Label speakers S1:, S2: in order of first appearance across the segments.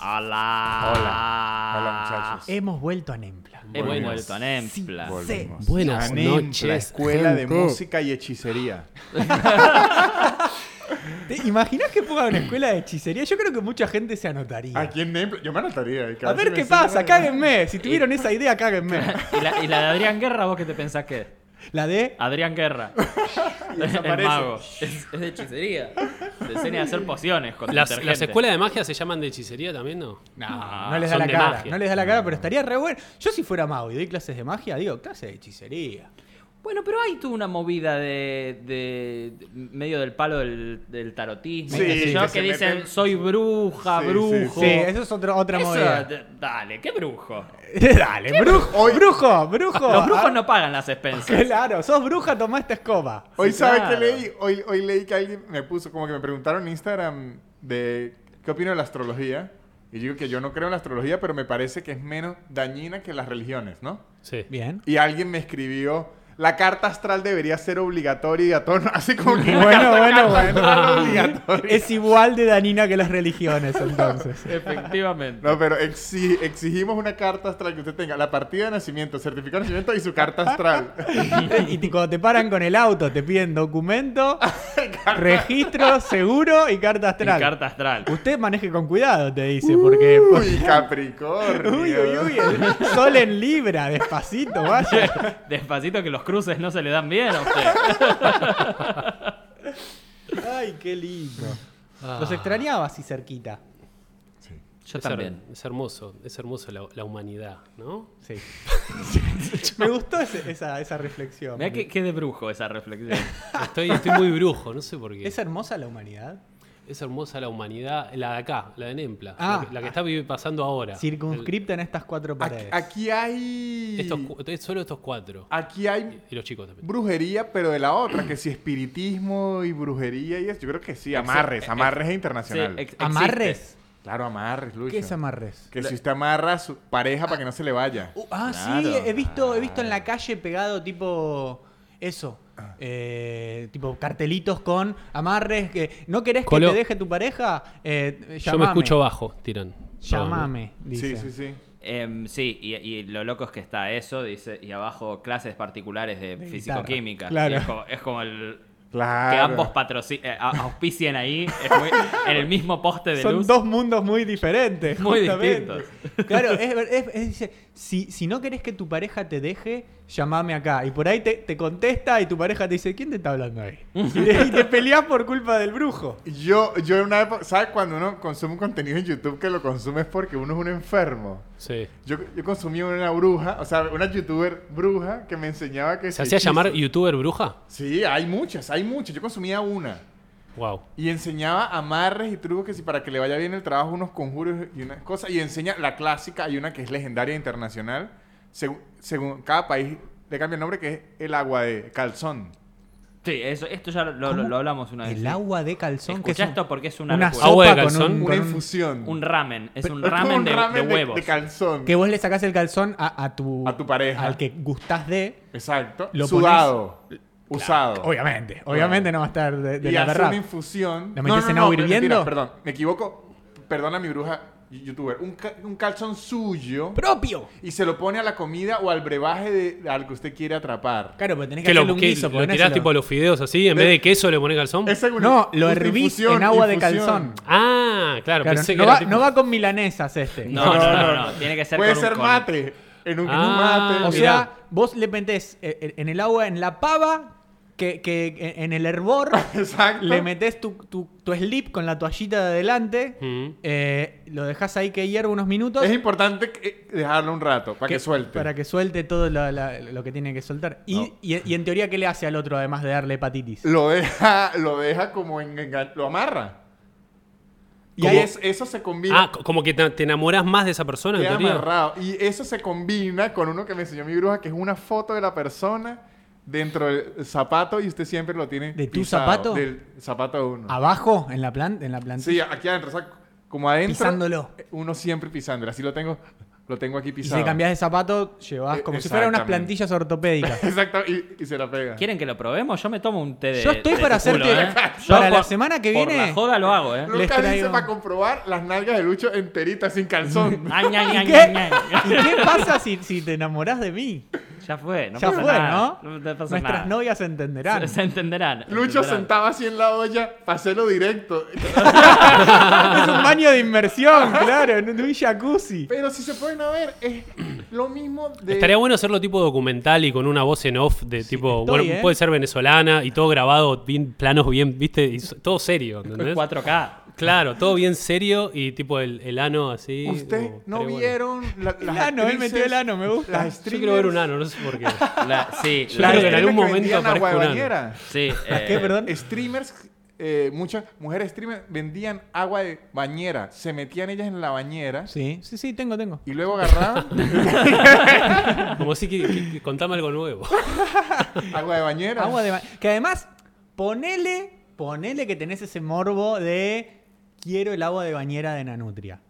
S1: Hola.
S2: Hola. Hola, muchachos.
S3: Hemos vuelto a Nempla.
S1: Hemos
S2: Buenas.
S1: vuelto a Nempla.
S3: Sí.
S2: Volvemos.
S4: Buenas
S2: Anem,
S4: noches,
S2: La escuela de
S4: gente.
S2: música y hechicería.
S3: ¿Te imaginas que ponga una escuela de hechicería? Yo creo que mucha gente se anotaría.
S2: ¿A quién Nempla? Yo me anotaría. eh,
S3: A ver qué pasa, cáguenme. Si tuvieron esa idea, cáguenme.
S1: ¿Y la, y la de Adrián Guerra, vos qué te pensás que es?
S3: La de.
S1: Adrián Guerra. el
S2: desaparece.
S1: mago. Es, es de hechicería. Te enseña a hacer pociones con
S4: Las,
S1: detergente.
S4: las escuelas de magia se llaman de hechicería también, ¿no?
S1: No,
S3: No les da
S4: son
S3: la
S4: de
S3: cara,
S4: magia.
S3: no les da la cara, pero estaría re bueno. Yo si fuera mago y doy clases de magia, digo, clases de hechicería.
S1: Bueno, pero hay tú una movida de, de- de- medio del palo del, del tarotismo.
S2: Sí,
S1: qué sé yo,
S2: que
S1: que,
S2: se
S1: dicen,
S2: meten-
S1: soy bruja,
S2: Sí,
S1: brujo.
S3: Sí, eso es otro- otra
S1: Eso,
S3: movida.
S1: d- dale, qué brujo.
S3: Dale, brujo, brujo, brujo.
S1: Los brujos
S3: Ah,
S1: no pagan las expensas.
S3: Claro, sos bruja, tomá esta escoba.
S2: Hoy
S1: Sí,
S2: sabes
S1: claro.
S2: que leí, hoy, hoy leí que alguien me puso, como que me preguntaron en Instagram de qué opino de la astrología. Y digo que yo no creo en la astrología, pero me parece que es menos dañina que las religiones, ¿no?
S4: Sí.
S3: Bien.
S2: Y alguien me escribió, la carta astral debería ser obligatoria y a tono, así como que...
S3: Bueno, bueno,
S2: astral
S3: bueno.
S2: obligatoria.
S3: Es igual de danina que las religiones, entonces.
S1: Efectivamente.
S2: No, pero exi- exigimos una carta astral que usted tenga, la partida de nacimiento, certificado de nacimiento y su carta astral.
S3: y te- cuando te paran con el auto, te piden documento, registro, seguro y carta
S1: Y
S3: astral.
S1: carta astral.
S3: Usted maneje con cuidado, te dice, porque.
S2: Uy, Capricornio.
S3: Uy, uy, uy, el sol en libra, despacito, vaya.
S1: Despacito que los cruces no se le dan bien a usted.
S3: Ay, qué lindo.
S4: Ah,
S3: Los extrañaba así cerquita.
S1: Yo
S4: es
S1: también.
S4: her- es hermoso, es hermoso la, la humanidad, ¿no?
S3: Sí. Me gustó ese- esa, esa reflexión.
S1: Mira qué, qué de brujo esa reflexión.
S4: Estoy, estoy muy brujo, no sé por qué.
S3: ¿Es
S4: Es,
S3: hermosa la humanidad?
S4: hermosa la humanidad, la de acá, la de Nempla, la
S3: Ah.
S4: que- la, que, está vi- pasando ahora.
S3: Circunscripta en estas cuatro
S2: Aquí,
S3: paredes.
S2: aquí hay...
S4: El- estos cu- es solo estos cuatro.
S2: Aquí hay
S4: Y los chicos también.
S2: brujería, pero de la otra, que si espiritismo y brujería y eso, yo creo que sí, amarres, amarres
S1: Sí,
S2: internacional.
S1: ex- existe.
S3: ¿Amarres?
S2: claro, amarres, Luis.
S3: ¿Qué es amarres?
S2: Que si usted amarra a su pareja para que no se le vaya.
S3: Uh, ah, sí,
S1: Claro.
S3: he visto, he visto en la calle pegado tipo eso. eh, tipo cartelitos con amarres que no querés
S4: Colo-
S3: que te deje tu pareja eh, llamame,
S4: Yo me escucho bajo, tiran.
S3: llamame dice.
S2: Sí, sí, sí.
S1: Em, sí, y, y lo loco es que está eso, dice, y abajo clases particulares de,
S3: guitarra.
S1: fisicoquímica.
S3: Claro.
S1: Y Es como, es como el.
S2: Claro.
S1: Que ambos patrocin- eh, a- auspicien ahí, es muy- en el mismo poste de
S3: Son
S1: luz.
S3: dos mundos muy diferentes.
S1: Muy
S3: justamente.
S1: distintos.
S3: Claro, es, ver- es- es- dice, si, si no querés que tu pareja te deje, llamame acá. Y por ahí te, te contesta y tu pareja te dice, ¿quién te está hablando ahí? Y te, y te peleás por culpa del brujo.
S2: Yo, yo en una época, ¿sabes cuando uno consume un contenido en YouTube que lo consume es porque uno es un enfermo?
S4: Sí.
S2: Yo, yo consumí una bruja, o sea, una youtuber bruja que me enseñaba que... si
S4: ¿Se hacía
S2: hechizo-
S4: llamar youtuber bruja?
S2: Sí, hay muchas, hay muchas. Yo consumía una.
S4: Wow.
S2: Y enseñaba amarres y trucos que si para que le vaya bien el trabajo, unos conjuros y unas cosas. Y enseña la clásica, hay una que es legendaria e internacional. Segu- según cada país le cambia el nombre, que es el agua de calzón.
S1: Sí, eso, esto ya lo, lo-
S3: ¿Cómo?
S1: lo hablamos una vez.
S3: El agua de calzón que es
S1: Escuchá
S3: un-
S1: esto porque es una,
S3: una
S1: locura.
S4: sopa. Agua de
S3: con
S4: calzón.
S3: un-
S2: Una
S3: con un-
S2: infusión.
S1: Un ramen, es un
S2: Es como
S1: ramen, de- de, huevos.
S2: De, calzón.
S3: Que vos le sacás el calzón a, a tu...
S2: A tu pareja.
S3: Al que gustás de...
S2: Exacto.
S3: Lo
S2: Sudado. Usado.
S3: Obviamente. Obviamente no va a estar de, de
S2: y
S3: la
S2: hace una
S3: verdad.
S2: infusión.
S3: ¿La metes en agua hirviendo?
S2: perdón, me equivoco. Perdona mi bruja youtuber. Un, ca- un calzón suyo.
S3: ¡Propio!
S2: Y se lo pone a la comida o al brebaje de, al que usted quiere atrapar.
S3: Claro, pero tenés que,
S4: Que lo,
S3: hacerle un
S4: que
S3: guiso.
S4: lo
S3: porque no
S4: tirás
S3: se lo-
S4: tipo a los fideos así, en vez de queso le pones calzón.
S2: Es según-
S3: No, lo
S2: justo
S3: hervís
S2: infusión,
S3: en agua de
S2: infusión.
S3: calzón.
S4: Ah, claro,
S3: Claro,
S4: pensé que
S3: no,
S4: era
S3: va,
S4: tipo-
S3: no va con milanesas este.
S1: No, no, no, no, tiene que ser
S2: Puede
S1: con un-
S2: ser
S1: con-
S2: mate. En un, en un
S4: Ah,
S2: mate.
S3: O
S4: Mirá.
S3: sea, vos le metés eh, eh, en el agua, en la pava, que, que en el hervor,
S2: Exacto.
S3: le metés tu, tu, tu slip con la toallita de adelante,
S4: Mm.
S3: eh, lo dejás ahí que hierva unos minutos.
S2: Es importante que- eh, dejarlo un rato para que, suelte.
S3: Para que suelte todo lo, la- lo que tiene que soltar. Y,
S2: No.
S3: y- y en teoría, ¿qué le hace al otro además de darle hepatitis?
S2: Lo deja, lo deja como en, en- lo amarra. Y
S3: ¿Cómo?
S2: ahí es- eso se combina.
S4: Ah, co- como que te, te enamorás más de esa persona, en
S2: Queda
S4: teoría.
S2: amarrado. Y eso se combina con uno que me enseñó mi bruja, que es una foto de la persona dentro del zapato y usted siempre lo tiene.
S3: ¿De tu
S2: pisado,
S3: zapato? Ah,
S2: Del zapato de uno.
S3: ¿Abajo? ¿En la, plan, en la plantilla?
S2: sí, aquí adentro, o sea, como adentro.
S3: Pisándolo.
S2: Uno siempre pisándolo. Así lo tengo Lo tengo aquí
S3: Y
S2: pisado.
S3: si cambias de zapato, llevas como si fueran unas
S2: E Exactamente.
S3: plantillas ortopédicas.
S2: Exacto, y, y se la pega.
S1: ¿Quieren que lo probemos? Yo me tomo un té de.
S3: Yo estoy
S1: de
S3: para
S1: tu culo,
S3: hacerte-
S1: ¿eh? Yo
S3: para la
S1: por-
S3: semana que
S1: por
S3: viene-
S1: la joda lo hago, ¿eh?
S3: Lo- Les
S2: Lucas dice
S3: traigo-
S2: para comprobar las nalgas de Lucho enteritas sin calzón.
S1: Ay, ay, ay,
S3: ¿Qué?
S1: ay, ay.
S3: ¿Y qué pasa si, si te enamorás de mí?
S1: Ya fue, no
S3: ya
S1: pasa
S3: fue,
S1: nada.
S3: ¿no?
S1: te pasa
S3: Nuestras
S1: nada.
S3: novias entenderán.
S1: Se, se entenderán.
S2: Lucho
S1: entenderán.
S2: sentaba así en la olla para hacerlo directo.
S3: es un baño de inmersión, claro, en un jacuzzi.
S2: Pero si se pueden ver, es lo mismo de.
S4: Estaría bueno hacerlo tipo documental y con una voz en off de tipo,
S3: estoy,
S4: bueno,
S3: ¿eh?
S4: puede ser venezolana y todo grabado, bien, planos bien, viste, Y so- todo serio,
S1: Es
S4: ¿entendés?
S1: 4K.
S4: Claro, todo bien serio y tipo el, el ano así.
S2: Ustedes
S4: como,
S2: no
S4: estaría bueno.
S2: vieron la-
S3: El
S2: las
S3: ano, él
S2: actrices,
S3: metió el ano, me gusta.
S2: Las
S4: Yo quiero ver un
S2: streamers-
S4: ano, no sé por qué.
S1: La- sí,
S4: Yo
S1: la- este,
S4: creo que en algún
S2: streamers
S4: momento
S2: vendían agua de
S4: aparezca un ano.
S2: bañera.
S1: sí, eh,
S3: ¿Qué, perdón?
S2: Streamers, eh, muchas mujeres streamers vendían agua de bañera. Se metían ellas en la bañera
S3: Sí, sí, sí, tengo, tengo.
S2: y luego agarraban
S4: Como si que, que- que contame algo nuevo.
S2: agua de bañera.
S3: Agua de ba- Que además, ponele, ponele que tenés ese morbo de quiero el agua de bañera de Nanutria.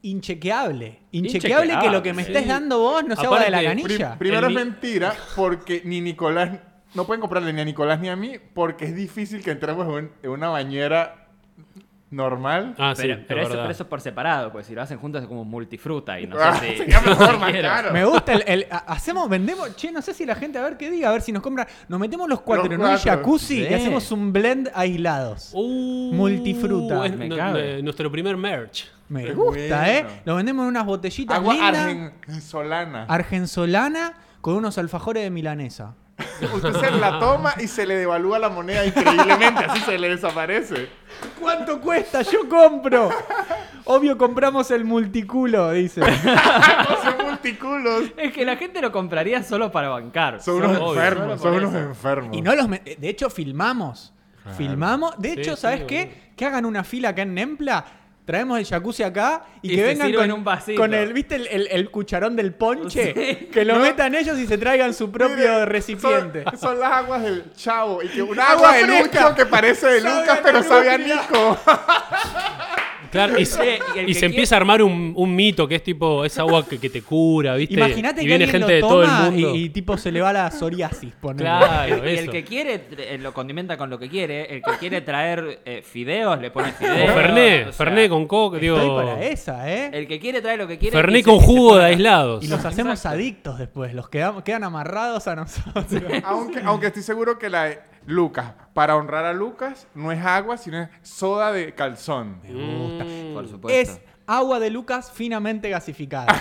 S3: Inchequeable. Inchequeable, que lo que me
S1: Inchequeable,
S3: estés
S4: sí.
S3: dando vos no sea agua de la
S2: Pri-
S4: Aparte,
S3: canilla.
S2: primero
S4: El
S2: es
S4: mi-
S2: mentira porque ni Nicolás. No pueden comprarle ni a Nicolás ni a mí porque es difícil que entremos en, un- en una bañera normal.
S4: Ah, sí,
S1: Pero,
S4: es
S1: pero eso,
S4: verdad.
S1: pero eso es por separado, pues si lo hacen juntos es como multifruta y no
S2: Ah,
S1: sé si.
S2: sería mejor,
S1: si
S2: más
S1: quiero.
S2: caro.
S3: Me gusta el, el- ha- hacemos, vendemos, che, no sé si la gente a ver qué diga, a ver si nos compra. Nos metemos los cuatro
S2: Los
S3: en
S2: cuatro.
S3: un jacuzzi y
S1: Sí.
S3: hacemos un blend aislados.
S4: Uh,
S3: Multifruta.
S4: es
S1: Me
S4: nu-
S1: cabe.
S4: eh, nuestro primer merch.
S3: Me
S2: Qué
S3: gusta,
S2: bueno.
S3: ¿eh? Lo vendemos en unas botellitas
S2: Agua
S3: lindas,
S2: argensolana.
S3: argensolana con unos alfajores de milanesa.
S2: Usted se la toma y se le devalúa la moneda increíblemente, así se le desaparece.
S3: ¿Cuánto cuesta? Yo compro. Obvio compramos el multiculo, dice.
S2: No son multiculos.
S1: Es que la gente lo compraría solo para bancar.
S2: Son unos
S4: Obvio.
S2: enfermos, son
S1: por
S2: unos
S1: eso.
S2: enfermos.
S3: Y no los me- de hecho filmamos. Filmamos, de
S4: Sí,
S3: hecho,
S4: sí,
S3: ¿sabes
S4: boludo.
S3: qué? Que hagan una fila acá en Nempla, traemos el jacuzzi acá y,
S1: Y
S3: que
S1: se
S3: vengan
S1: sirven
S3: con,
S1: un vasito.
S3: con el, ¿viste? El, el- el cucharón del ponche,
S1: Sí.
S3: que lo metan ellos y se traigan su propio
S2: Mire,
S3: recipiente.
S2: Son, son las aguas del chavo. Y que un agua,
S3: Agua
S2: de
S3: fresca.
S2: Lucho que parece de
S3: Sabe
S2: Lucas,
S3: a
S2: pero sabe a
S3: nutria.
S2: Nico.
S4: Claro, y
S1: Eh,
S4: se,
S1: y el
S4: y
S1: que
S4: se
S1: quiere-
S4: empieza a armar un, un mito que es tipo, es agua que, que te cura, ¿viste?
S3: Imagínate
S4: y
S3: que
S4: viene
S3: alguien
S4: gente de
S3: lo
S4: todo el
S3: toma
S4: mundo.
S3: Y, y tipo se le va la psoriasis, ponele.
S4: Claro,
S1: Y
S4: eso.
S1: el que quiere eh, lo condimenta con lo que quiere. El que quiere traer eh, fideos le pone
S4: O
S1: fideos.
S4: Eh, Ferné,
S1: o sea,
S4: Ferné con coca, digo.
S3: Estoy para esa, ¿eh?
S1: El que quiere trae lo que quiere.
S4: Ferné
S1: y se-
S4: con
S1: y se
S4: jugo
S1: pone-
S4: de aislados.
S3: Y los hacemos
S1: Exacto.
S3: adictos después, los quedam- quedan amarrados a nosotros.
S2: Aunque, aunque estoy seguro que la de Lucas, para honrar a Lucas, no es agua, sino es soda de calzón.
S3: Mm.
S1: Por supuesto.
S3: es agua de Lucas finamente gasificada.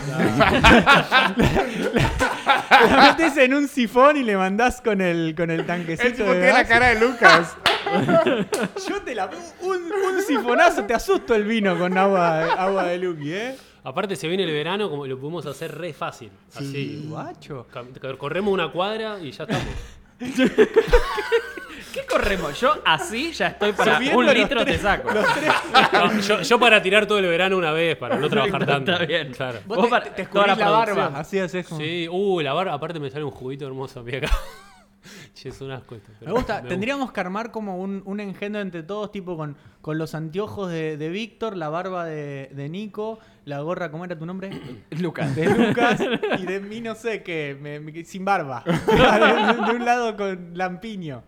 S3: la, la- la metes en un sifón y le mandás con el, con el
S2: El
S3: tanquecito
S2: tipo
S3: de
S2: tiene la
S3: gas.
S2: cara de Lucas.
S3: Yo te la un, un sifonazo, te asusto el vino con agua, agua de Luqui, ¿eh?
S4: Aparte se viene el verano, como lo pudimos hacer re fácil. Así.
S3: Guacho.
S4: Cam- cor- Corremos una cuadra y ya estamos.
S1: ¿Qué corremos? Yo así ya estoy para
S3: Subiendo
S1: un
S3: los
S1: litro
S3: tres-
S1: te saco.
S4: No, yo, yo para tirar todo el verano una vez, para no trabajar tanto.
S1: Está bien.
S4: Claro.
S3: Vos
S1: Vos
S3: te,
S1: para-
S3: te- te
S1: toda la
S3: escurrís la, barba.
S1: producción.
S3: Así haces como-
S4: Sí, uh, la barba, aparte me sale un juguito hermoso a mí acá. Che, es un asco esto,
S3: Me
S4: pero
S3: gusta. Tendríamos que armar como un, un engendro entre todos, tipo con, con los anteojos de, de Víctor, la barba de, de Nico, la gorra, ¿cómo era tu nombre?
S1: Lucas.
S3: De Lucas y de mí no sé qué, me- me- sin barba. De, de un lado con lampiño.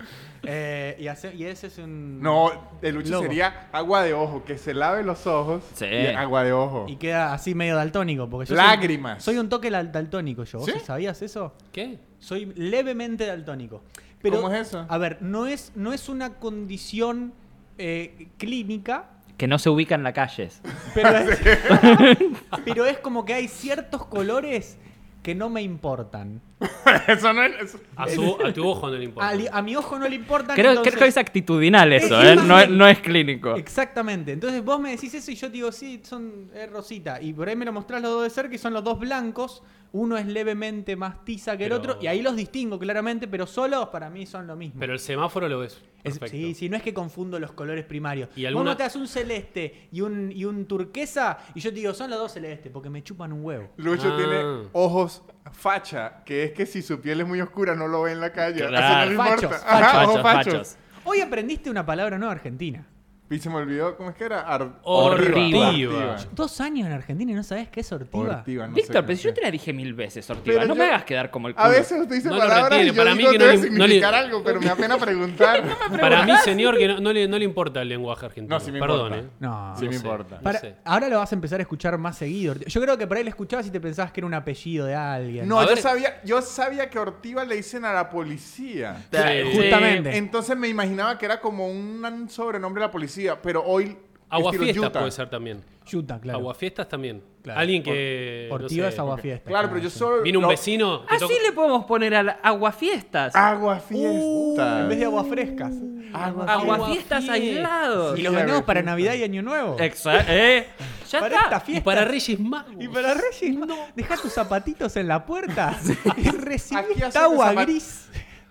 S3: Eh, y, hace- y ese es un...
S2: No, el Lucho
S3: Lobo.
S2: sería agua de ojo, que se lave los ojos
S1: Sí.
S2: y agua de ojo.
S3: Y queda así medio daltónico. Porque yo
S2: Lágrimas.
S3: Soy, soy un toque lal- daltónico yo. ¿Vos
S2: ¿Sí?
S3: sabías eso?
S4: ¿Qué?
S3: Soy levemente daltónico. Pero,
S2: ¿Cómo es eso?
S3: A ver, no es, no es una condición eh, clínica,
S1: Que no se ubican en las calles.
S3: pero es, pero es como que hay ciertos colores que no me importan.
S2: eso no es... eso-
S4: A, su- a tu ojo no le importa.
S3: A, li- a mi ojo no le importan.
S1: Creo,
S3: entonces-
S1: creo que es actitudinal eso,
S3: Es
S1: ¿eh? No, es-
S3: imagen.
S1: no es clínico.
S4: Ah.
S3: Exactamente. Entonces vos me decís eso y yo te digo, sí, son es rosita. Y por ahí me lo mostrás los dos de cerca y son los dos blancos. Uno es levemente más tiza que el
S4: Pero-
S3: otro. Y ahí los distingo claramente, pero solos para mí son lo mismo.
S4: Pero el semáforo lo ves.
S3: Es-
S4: Perfecto.
S3: sí, sí, no es que confundo los colores primarios.
S4: Y
S3: Vos
S4: alguna-
S3: no te das un celeste y un, y un turquesa y yo te digo, son los dos celestes porque me chupan un huevo.
S2: Lucho
S4: Ah.
S2: tiene ojos facha, que es que si su piel es muy oscura no lo ve en la calle.
S1: Claro.
S2: Así no le importa.
S3: Fachos,
S2: Ajá,
S1: fachos,
S2: ojos fachos.
S1: fachos.
S3: Hoy aprendiste una palabra nueva argentina.
S2: Y se me olvidó, ¿cómo es que era? Ar-
S1: Ortiva.
S2: Ortiva.
S3: Dos años en Argentina y no sabes qué es ortiva.
S2: Ortiva, no sé
S1: Víctor,
S2: qué
S1: pero si yo
S2: sea.
S1: te la dije mil veces, Ortiva.
S2: Pero
S1: No
S2: yo-
S1: me hagas quedar como el culo.
S2: A veces usted dice
S4: No lo
S2: palabras y
S4: retiene,
S2: yo
S4: para mí
S2: digo,
S4: que no
S2: debe
S4: le- no le-
S2: significar algo, pero me da pena preguntar.
S4: Para mí, señor, que no, no le, no le importa el lenguaje argentino.
S2: No, sí me
S4: Perdón,
S2: importa.
S4: ¿eh?
S3: No.
S2: sí, me
S4: sé.
S2: importa.
S3: Para-
S4: sé.
S3: Ahora lo vas a empezar a escuchar más seguido. Ortiva. Yo creo que por ahí lo escuchabas y te pensabas que era un apellido de alguien. Ah,
S2: No,
S4: A
S2: yo
S4: ver.
S2: sabía, yo sabía que Ortiva le dicen a la policía.
S1: Sí.
S3: Justamente.
S2: Entonces me imaginaba que era como un sobrenombre de la policía, pero hoy estilo
S4: Aguafiestas
S2: Utah.
S4: puede ser también.
S3: Yuta, claro.
S4: Aguafiestas también.
S3: Claro.
S4: Alguien que. no
S3: Ortiva
S4: sé,
S3: es aguafiesta.
S2: Claro, pero yo solo
S4: Viene un
S2: lo-
S4: vecino. que
S1: Así
S4: toca-
S1: Ah, le podemos poner al aguafiestas.
S2: Aguafiestas.
S3: Uh, En vez de aguas frescas.
S1: aguafiestas
S4: aguafiestas.
S1: aislados.
S3: Y los
S2: Sí,
S3: vendemos para
S2: aguafiestas.
S3: Navidad y Año Nuevo.
S1: Exacto. ¿Eh? Ya
S3: Para
S1: está.
S3: esta fiesta.
S4: Y para Reyes Magos.
S3: Y para Reyes, deja tus zapatitos en la puerta y recibí
S2: Aquí
S3: esta
S2: hacen
S3: agua
S2: zapat-
S3: gris.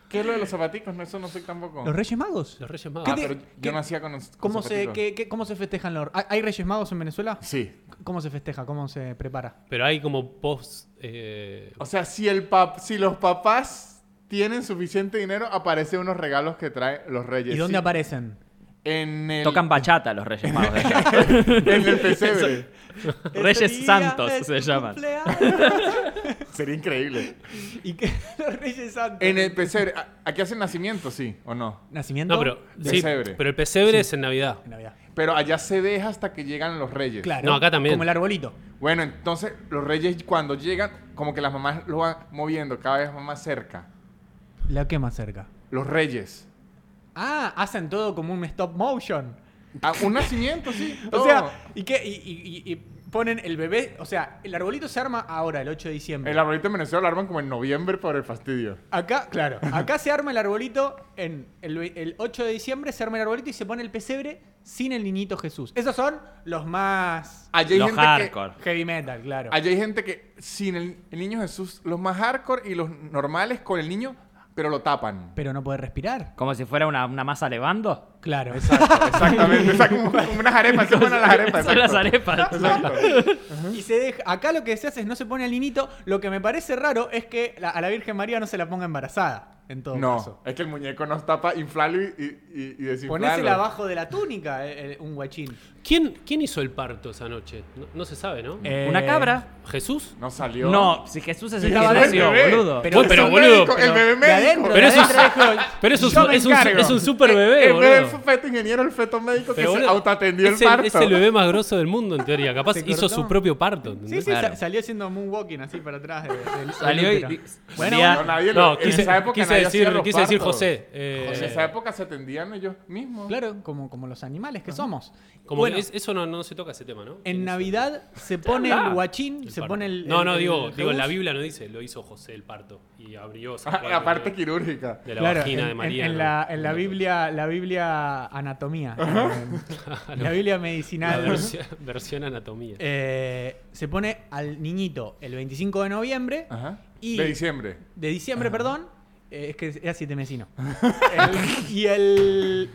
S2: ¿Qué es lo de los zapaticos? No, eso no sé tampoco.
S3: ¿Los Reyes Magos?
S4: Los Reyes Magos.
S2: Ah,
S3: ¿Qué te-
S2: pero
S3: qué-
S2: yo no hacía con los con
S3: ¿Cómo se,
S2: zapaticos.
S3: qué- qué- ¿Cómo se festejan los.? ¿Hay- ¿Hay Reyes Magos en Venezuela?
S2: Sí.
S3: ¿Cómo se festeja? ¿Cómo se prepara?
S4: Pero hay como post. eh,
S2: O sea, si el pap si los papás tienen suficiente dinero, aparecen unos regalos que traen los reyes.
S3: ¿Y dónde
S2: Sí.
S3: aparecen?
S2: En el,
S1: Tocan bachata los Reyes Magos. de allá.
S2: en el pesebre.
S1: Reyes
S3: Ese día
S1: Santos
S3: es
S1: se
S3: mi
S1: llaman.
S3: cumpleaños.
S2: Sería increíble.
S3: ¿Y qué? Los Reyes Santos.
S2: En el pesebre. A- Aquí hacen nacimiento, sí, o no.
S3: ¿Nacimiento?
S4: No, pero.
S2: De
S4: Sí,
S2: pesebre.
S4: pero el pesebre es en Navidad.
S3: En Navidad.
S2: Pero allá se deja hasta que llegan los reyes.
S3: Claro.
S4: No, acá también.
S3: Como el arbolito.
S2: Bueno, entonces los reyes cuando llegan, como que las mamás lo van moviendo cada vez más cerca.
S3: La que más cerca.
S2: Los reyes.
S3: Ah, hacen todo como un stop motion.
S2: Ah, un nacimiento, sí.
S3: O
S2: todo.
S3: sea, ¿y qué? Y, y- y- y ponen el bebé. O sea, el arbolito se arma ahora, el 8 de diciembre.
S2: El arbolito en Venezuela lo arman como en noviembre por el fastidio.
S3: Acá, claro, acá se arma el arbolito en el, ve- el 8 de diciembre se arma el arbolito y se pone el pesebre sin el niñito Jesús. Esos son los más
S2: Allá hay
S1: los
S2: gente que,
S1: hardcore.
S3: heavy metal, claro.
S2: Allá hay gente que sin el, el niño Jesús, los más hardcore y los normales con el niño, pero lo tapan.
S3: Pero no puede respirar.
S1: Como si fuera una, una masa levando.
S3: Claro.
S2: Exacto, exactamente. O sea, como, como unas arepas, se ponen las arepas.
S1: Son las
S2: exacto.
S1: arepas.
S2: Exacto.
S3: Y se deja, acá lo que se hace es no se pone el niñito. Lo que me parece raro es que la- a la Virgen María no se la ponga embarazada, en todo
S2: No,
S3: caso.
S2: es que el muñeco nos tapa, inflarlo y, y, y- y desinflarlo.
S3: Ponésela abajo de la túnica, eh, eh, un guachín.
S4: ¿Quién, ¿Quién hizo el parto esa noche? No, no se sabe, ¿no?
S3: Eh.
S1: Una cabra.
S4: ¿Jesús?
S2: No salió.
S1: Eh, No, si Jesús es el que
S2: Estaba
S1: nació,
S2: dentro, bebé.
S1: boludo.
S3: Pero
S4: Uy, pero,
S2: el
S4: boludo,
S2: médico,
S4: pero-
S2: el bebé
S3: de adentro,
S2: médico.
S4: Pero
S3: de
S4: eso es-
S3: adentro dijo,
S4: Pero eso es
S3: "Yo
S4: un,
S3: me
S4: es un-
S3: encargo".
S4: es un super bebé,
S2: el bebé
S4: boludo.
S2: fue feto ingeniero, el feto médico que
S4: Pero,
S2: se
S4: boludo,
S2: autoatendió el
S4: es el,
S2: parto.
S4: es el bebé más grosso del mundo, en teoría. Capaz
S3: Se
S4: hizo
S3: cortó.
S4: su propio parto.
S3: Sí,
S4: ¿entendés?
S3: sí,
S1: Claro.
S3: sa- salió haciendo moonwalking así para atrás. de- del-
S1: Salió
S3: del
S1: y-
S3: útero.
S1: y-
S3: Bueno,
S1: día-
S2: No, nadie lo-
S4: No,
S2: en
S4: quise,
S2: esa época
S4: quise
S2: nadie hacía
S4: decir,
S2: los
S4: quise decir
S2: partos.
S4: José. eh,
S2: En esa época se atendían ellos mismos.
S3: Claro, como, como los animales que somos.
S4: como
S3: bueno,
S4: que es- eso no, no se toca ese tema, ¿no?
S3: en
S4: Navidad
S3: Navidad se pone el guachín, se
S4: parto.
S3: pone el.
S4: No,
S3: el-
S4: no,
S3: el
S4: digo, digo, en la
S3: Jesús.
S4: Biblia no dice, lo hizo José el parto. Y abrió esa
S2: Ah, La
S4: parte
S2: parte quirúrgica.
S4: de la
S3: Claro,
S4: vagina
S3: en,
S4: de
S3: en-
S4: María.
S3: en
S4: ¿no?
S3: la, en la Biblia, la Biblia anatomía. eh, la Biblia
S4: La
S3: medicinal.
S4: versión, versión anatomía.
S3: eh, se pone al niñito el 25 de noviembre,
S2: Ajá.
S3: Y-
S2: De diciembre.
S3: de diciembre, perdón. eh, es que era siete mesino. El- y el.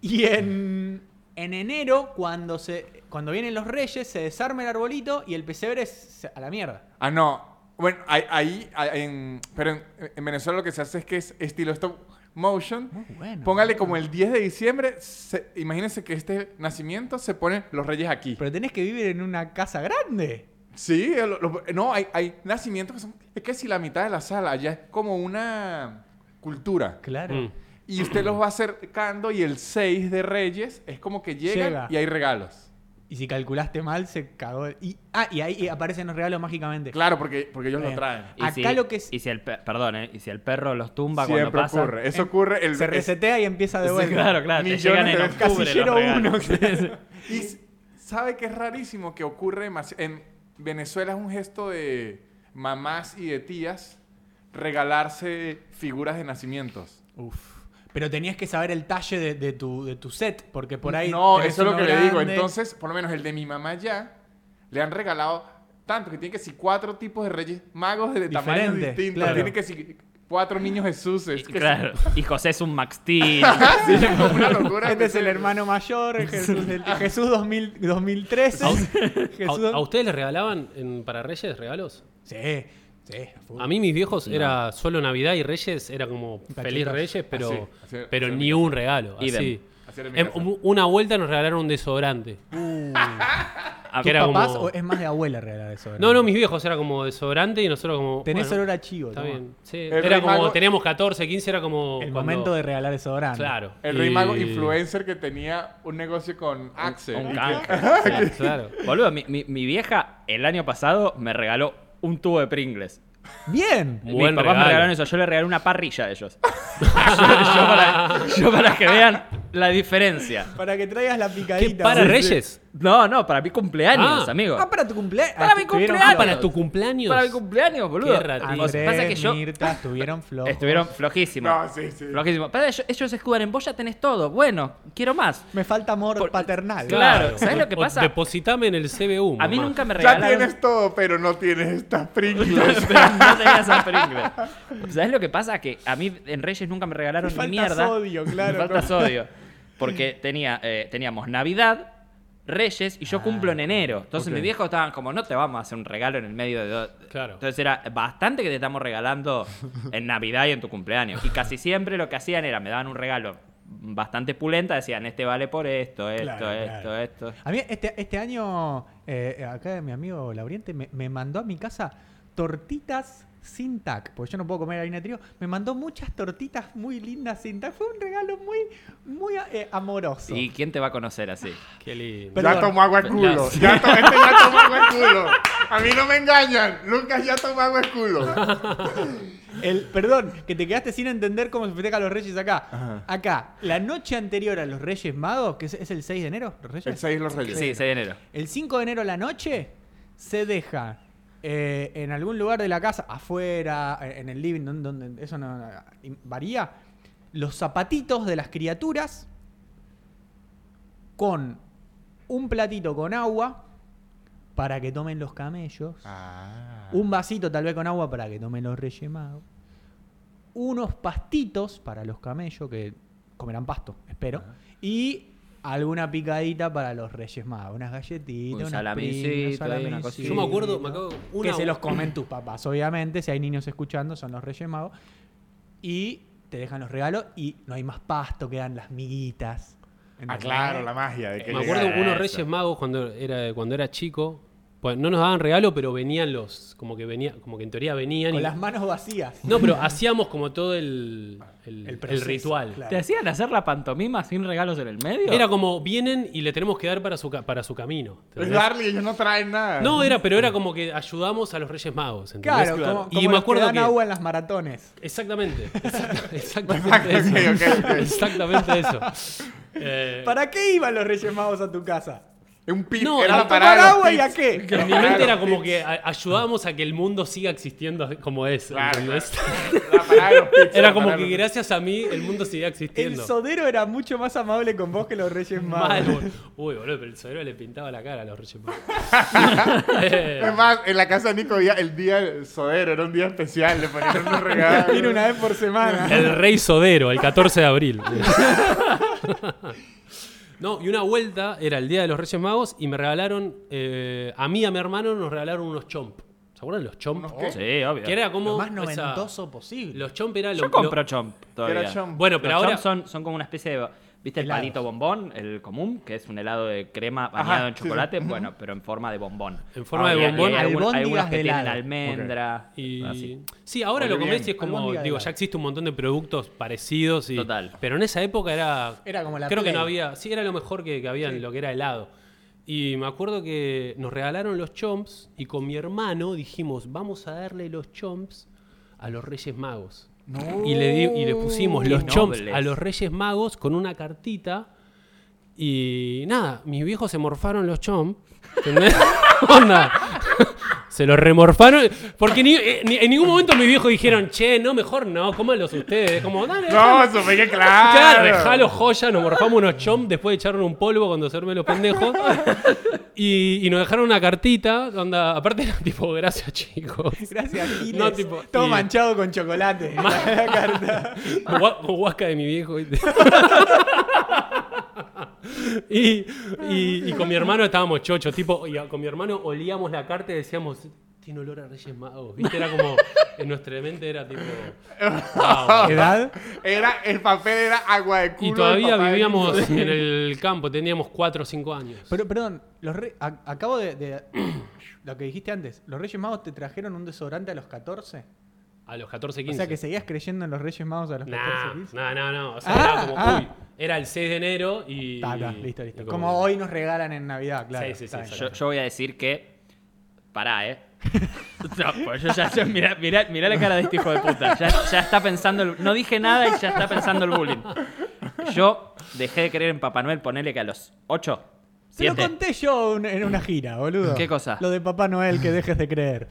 S3: Y en. En enero, cuando se. Cuando vienen los reyes, se desarma el arbolito y el pesebre es a la mierda.
S2: Ah, no. Bueno, ahí, ahí- ahí en, pero en, en Venezuela lo que se hace es que es estilo stop motion.
S3: Muy bueno.
S2: Póngale como el 10 de diciembre, se- imagínense que este nacimiento se ponen los reyes aquí.
S3: Pero tenés que vivir en una casa grande.
S2: Sí, eh, lo- lo- no, hay, hay nacimientos que son, es que si la mitad de la sala ya es como una cultura.
S3: Claro.
S4: Mm.
S2: Y usted los va acercando y el 6 de reyes es como que llegan
S3: Llega.
S2: y hay regalos.
S3: Y si calculaste mal, se cagó. Y, ah, y ahí aparecen los regalos mágicamente.
S2: Claro, porque, porque ellos lo
S3: Bien.
S2: traen.
S1: Y si-
S3: Acá lo que es-
S1: y si el per- perdón, ¿eh? y si el perro los tumba cuando
S2: Siempre
S1: pasa.
S2: ocurre. Eso ocurre el
S3: Eh, Se
S2: es-
S3: resetea y empieza de
S2: Sí,
S3: vuelta.
S1: Claro, claro, te
S2: Millones
S1: llegan
S2: de
S1: en
S2: veces.
S1: octubre los
S3: Casillero
S1: regalos.
S3: uno.
S1: Sí, sí.
S2: Y s- sabe que es rarísimo que ocurre demasi- en Venezuela es un gesto de mamás y de tías regalarse figuras de nacimientos.
S3: Uf. Pero tenías que saber el talle de, de tu, de tu set, porque por ahí.
S2: no,
S3: tenés
S2: eso es lo
S3: uno
S2: que le digo.
S3: grande.
S2: Entonces, por lo menos el de mi mamá ya le han regalado tanto que tiene que si cuatro tipos de reyes magos de tamaños
S3: Diferente,
S2: distintos,
S3: claro.
S2: tiene que si cuatro niños Jesús,
S1: Y- claro. Y José es un Max Steel.
S2: una locura.
S3: Este es el hermano mayor, el Jesús, del- Jesús 2000 2013.
S4: ¿A,
S3: Jesús.
S4: a ustedes les regalaban en- para Reyes regalos?
S3: Sí, sí. full.
S4: A mí mis viejos era solo Navidad y Reyes, era como
S3: Cachetas.
S4: Feliz Reyes, pero,
S2: Así, así,
S4: pero
S2: así.
S4: ni un regalo.
S1: Idem.
S4: Así.
S2: hacer en mi
S4: Em,
S2: casa.
S4: u- una vuelta nos regalaron un desodorante. que era
S3: Uh. ¿Papás
S4: como-
S3: o es más de abuela regalar eso?
S4: No, no, mis viejos era como desodorante y nosotros como.
S3: Tenés
S4: bueno,
S3: olor a chivo.
S4: Está
S3: toma.
S4: bien. Sí,
S2: El
S4: era
S2: Rey
S4: como.
S2: Mago-
S4: Teníamos 14, 15, era como.
S3: El
S4: cuando-
S3: momento de regalar desodorante.
S4: Claro.
S2: El rey mago
S4: Y-
S2: influencer que tenía un negocio con Axel.
S1: Un
S2: y que-
S1: canje.
S4: Claro, claro.
S1: Boludo, mi, mi- mi vieja el año pasado me regaló un tubo de Pringles.
S3: Bien.
S1: Mis
S4: Buen
S1: papás me
S4: regalo.
S1: regalaron eso, yo le regalé una parrilla a ellos. yo, yo para, yo para que vean la diferencia.
S3: Para que traigas la picadita.
S4: ¿Qué, para
S3: boludo.
S4: Reyes?
S1: No, no, para mi cumpleaños,
S4: Ah.
S1: amigo.
S3: Ah, para tu cumpleaños.
S1: Para mi cumpleaños.
S4: Ah, para tu cumpleaños.
S1: Para mi cumpleaños, boludo.
S4: Qué ratito.
S1: O sea, pasa que yo
S3: Mirta estuvieron flojos.
S1: estuvieron flojísimos.
S2: No, sí, sí.
S1: Flojísimos. Pasa que yo- ellos escudan en vos ya tenés todo. Bueno, quiero más.
S3: Me falta amor
S1: Por-
S3: paternal.
S1: Claro. ¿sabés lo que
S4: O- o
S1: pasa?
S4: Depositame en el CBU.
S1: A mí
S4: mamá.
S1: nunca me
S2: Ya
S1: regalaron.
S2: tienes todo, pero no tienes estas Pringles.
S1: pero no tenía esa película. ¿Sabes lo que pasa? Que a mí en Reyes nunca me regalaron
S3: Me
S1: ni
S3: falta
S1: mierda.
S3: sodio, claro,
S1: Me falta
S3: no.
S1: sodio. Porque tenía, eh, teníamos Navidad, Reyes y yo cumplo en enero. Entonces
S2: ok.
S1: mis viejos estaban como, no te vamos a hacer un regalo en el medio de dos.
S4: Claro.
S1: Entonces era bastante que te estamos regalando en Navidad y en tu cumpleaños. Y casi siempre lo que hacían era, me daban un regalo bastante pulenta, decían, este vale por esto, esto,
S3: Claro,
S1: esto,
S3: claro.
S1: esto.
S3: A mí este, este año, eh, acá mi amigo Lauriente me, me mandó a mi casa tortitas sin tac, porque yo no puedo comer harina de trigo. Me mandó muchas tortitas muy lindas sin tac. Fue un regalo muy, muy eh, amoroso.
S1: ¿Y quién te va a conocer así?
S4: Qué lindo.
S3: Perdón.
S2: Ya tomó agua de culo. Ya to- este ya tomó agua de culo. A mí no me engañan. Lucas ya tomó agua de culo.
S3: El, perdón, que te quedaste sin entender cómo se festeja los Reyes acá.
S2: Ajá.
S3: Acá, la noche anterior a los Reyes Magos, que es, es el 6 de enero, los Reyes.
S2: El 6 los
S1: Sí,
S2: reyes.
S1: 6 de enero.
S3: El 5 de enero a la noche se deja eh, en algún lugar de la casa, afuera, eh, en el living, don- donde, eso no, no, im- varía, los zapatitos de las criaturas con un platito con agua para que tomen los camellos,
S2: Ah.
S3: un vasito tal vez con agua para que tomen los reyes magos, unos pastitos para los camellos que comerán pasto, espero,
S2: Ah.
S3: y alguna picadita para los reyes magos, unas galletitas,
S1: Un
S3: unas
S1: salamincito,
S3: Pringles,
S1: ahí, una
S3: salamincito.
S1: cosita.
S4: Yo me acuerdo, me acabo. Una,
S3: que se los comen tus papás, obviamente, si hay niños escuchando, son los reyes magos, y te dejan los regalos y no hay más pasto, quedan las miguitas.
S2: Ah,
S3: ¿entendés?
S2: claro, la magia de que
S4: Me
S2: llegara.
S4: acuerdo
S1: Eso.
S4: unos Reyes Magos cuando era, cuando era chico. Pues no nos daban regalo, pero venían los. Como que venía, como que en teoría venían. y-
S3: Con las manos vacías.
S4: No, pero hacíamos como todo el, el,
S3: El
S4: el
S3: proceso,
S4: ritual.
S3: claro.
S1: ¿Te hacían hacer la pantomima sin regalos en el medio?
S4: Era como vienen y le tenemos que dar para su, ca- para su camino.
S2: Es
S4: ¿entendés?
S2: darle, ellos no traen nada.
S4: No, era, pero era como que ayudamos a los Reyes Magos. ¿entendés?
S3: Claro, como,
S4: Y
S3: como
S4: me
S3: los que
S4: acuerdo
S3: dan
S4: que-
S3: agua en las maratones.
S4: Exactamente. exacta-
S2: Ok,
S4: Exactamente eso.
S2: ok, ok.
S4: Exactamente eso. Eh,
S3: ¿Para qué iban los Reyes Magos a tu casa?
S2: Es Un pip.
S4: No,
S2: era
S4: era
S2: la
S3: ¿Tomar
S2: parada. de los
S3: agua y a
S2: pips.
S3: qué?
S4: en mi mente era como que a- ayudábamos a que el mundo siga existiendo como es.
S2: Claro,
S4: ¿entendés?
S2: La parada de los pips,
S4: Era
S2: la
S4: como
S2: parada de
S4: que
S2: los pips.
S4: gracias a mí el mundo seguía
S3: El
S4: existiendo.
S3: sodero era mucho más amable con vos que los Reyes Magos.
S4: Mal, bol- Uy, boludo, pero el sodero le pintaba la cara a los Reyes Magos. Eh,
S2: Es más, en la casa de Nico había el día del sodero, era un día especial, le ponían unos regalos.
S3: Vino una vez por semana.
S4: El rey sodero, el 14 de abril. No, y una vuelta era el día de los Reyes Magos y me regalaron, eh, a mí y a mi hermano nos regalaron unos chomp. ¿Se acuerdan de los chomp?
S2: ¿Unos qué?
S1: Sí, obvio.
S4: Que era como.
S3: Lo más
S4: esa-
S3: noventoso posible.
S4: los chomp era lo,
S1: Yo compro
S4: lo-
S1: chomp
S2: Que
S1: todavía.
S2: era chomp.
S4: Bueno, pero
S1: Los
S4: ahora.
S1: chomp son, son como una especie de... ¿Viste el
S3: Helados.
S1: palito bombón? El común, que es un helado de crema bañado
S2: Ajá,
S1: en
S2: sí,
S1: chocolate. Bueno, pero en forma de bombón.
S4: En forma
S1: Ah,
S4: de
S1: y- y
S4: bombón.
S1: hay algún- hay algunos
S3: Albóndigas
S1: que
S3: de
S1: tienen
S3: helado.
S1: almendra.
S4: Y-
S3: Ah,
S1: así.
S4: sí, ahora
S2: Muy
S4: lo comés
S2: bien.
S4: y es como,
S3: Albóndiga de
S4: digo,
S3: helado.
S4: ya existe un montón de productos parecidos. Y,
S1: Total.
S4: Pero en esa época era.
S3: Era como la
S4: Creo que
S3: Play.
S4: no había. Sí, era lo mejor que, que había en lo que era helado. Y me acuerdo que nos regalaron los chomps y con mi hermano dijimos, vamos a darle los chomps a los Reyes Magos. Y, le di- y le pusimos
S1: Qué
S4: los chomps
S1: nobles.
S4: a los Reyes Magos con una cartita. Y nada, mis viejos se morfaron los chomps. ¿Entendés? Onda. Se los remorfaron. Porque ni- eh, ni- en ningún momento mis viejos dijeron, che, no, mejor no, cómanlos ustedes. Como, dale.
S2: No, eso fue que claro.
S4: Claro, dejalo joya, nos morfamos unos chomps después de echarnos un polvo cuando se duermen los pendejos. Y, y nos dejaron una cartita, onda, aparte era tipo, gracias chicos.
S3: Gracias, Giles.
S4: No, tipo,
S3: Todo
S4: y-
S3: manchado con chocolate. La carta.
S4: Gua- Huasca de mi viejo. ¿viste? y, y- y con mi hermano estábamos chochos, tipo, y a- con mi hermano olíamos la carta y decíamos, tiene olor a Reyes Magos. ¿Viste? Era como, en nuestra mente era tipo... wow.
S3: ¿Edad?
S2: Era, el papel era agua de culo.
S4: Y
S2: del
S4: todavía
S2: papá de
S4: vivíamos
S2: Guido.
S4: en el campo, teníamos 4 o 5 años.
S3: Pero, perdón, los re- a- acabo de, de- Lo que dijiste antes, ¿los Reyes Magos te trajeron un desodorante a los 14?
S4: A los 14,
S3: O
S4: 15.
S3: sea, que seguías creyendo en los Reyes Magos a los 14,
S4: Nah,
S3: 15.
S4: no, no, no. O sea,
S3: Ah,
S4: era como,
S3: ah.
S4: uy, era el 6 de enero y.
S3: Ta, ta, listo, listo.
S4: y
S3: Como hoy nos regalan en Navidad, claro.
S4: Sí, sí, sí,
S3: está bien.
S4: sí.
S1: Yo, yo voy a decir que. Pará, eh. No, pues yo ya, yo- mirá, mirá- mirá la cara de este hijo de puta. Ya, ya está pensando. el- no dije nada y ya está pensando el bullying. Yo dejé de creer en Papá Noel, ponele que a los 8.
S3: Se lo conté yo un- en una gira, boludo.
S1: ¿Qué cosa?
S3: Lo de Papá Noel que dejes de creer.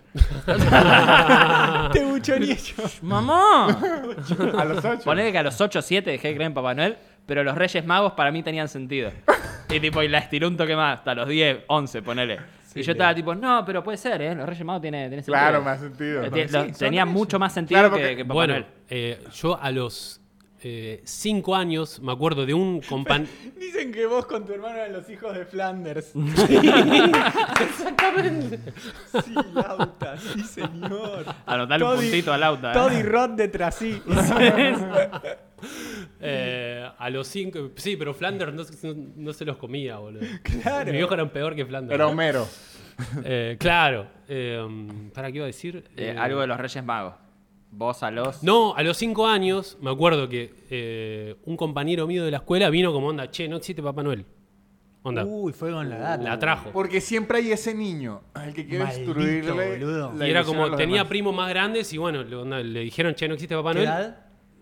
S3: Te buchoneé yo.
S1: ¡Mamá!
S2: A los ocho.
S1: Ponele que a los 8 o 7 dejé de creer en Papá Noel, pero los Reyes Magos para mí tenían sentido. Y tipo, y la estiré un toque más, hasta los 10, 11, ponele. y yo estaba tipo, no, pero puede ser, ¿eh? Los Reyes Magos tienen tiene sentido.
S2: Claro, me ha sentido.
S1: Eh, tie- lo-
S3: Sí, son
S1: tenía
S3: reyes.
S1: mucho más sentido
S2: Claro,
S1: que-
S2: porque-
S1: que, Papá
S4: Bueno,
S1: Noel.
S4: eh, yo a los 5 años me acuerdo de un compañero.
S3: Dicen que vos con tu hermano eran los hijos de Flanders.
S4: Exactamente.
S3: Sí, Lauta, sí, señor.
S1: Anotale un
S3: Toddy-
S1: puntito ¿eh? al auto.
S3: Toddy Rod detrás sí.
S4: Eh, a los 5. Sí, pero Flanders no, se- no- no se los comía, boludo.
S3: Claro.
S4: Mi viejo era peor que Flanders.
S2: Era Homero.
S4: Eh, claro. Eh, ¿Para qué iba a decir? Eh,
S1: algo de los Reyes Magos. Vos a los.
S4: No, a los cinco años me acuerdo que eh, un compañero mío de la escuela vino como onda, che, no existe Papá Noel. Onda,
S2: Uh,
S3: Uy, fue con la data.
S4: la trajo.
S2: Porque siempre hay ese niño al que quiere
S3: Maldito,
S2: destruirle.
S3: boludo.
S2: la
S4: y
S2: ilusión
S4: era
S2: a
S4: como,
S2: los
S4: tenía
S2: demás.
S4: primos más grandes y bueno, le, onda, le dijeron, che, no existe Papá
S3: ¿Qué
S4: Noel.
S3: edad?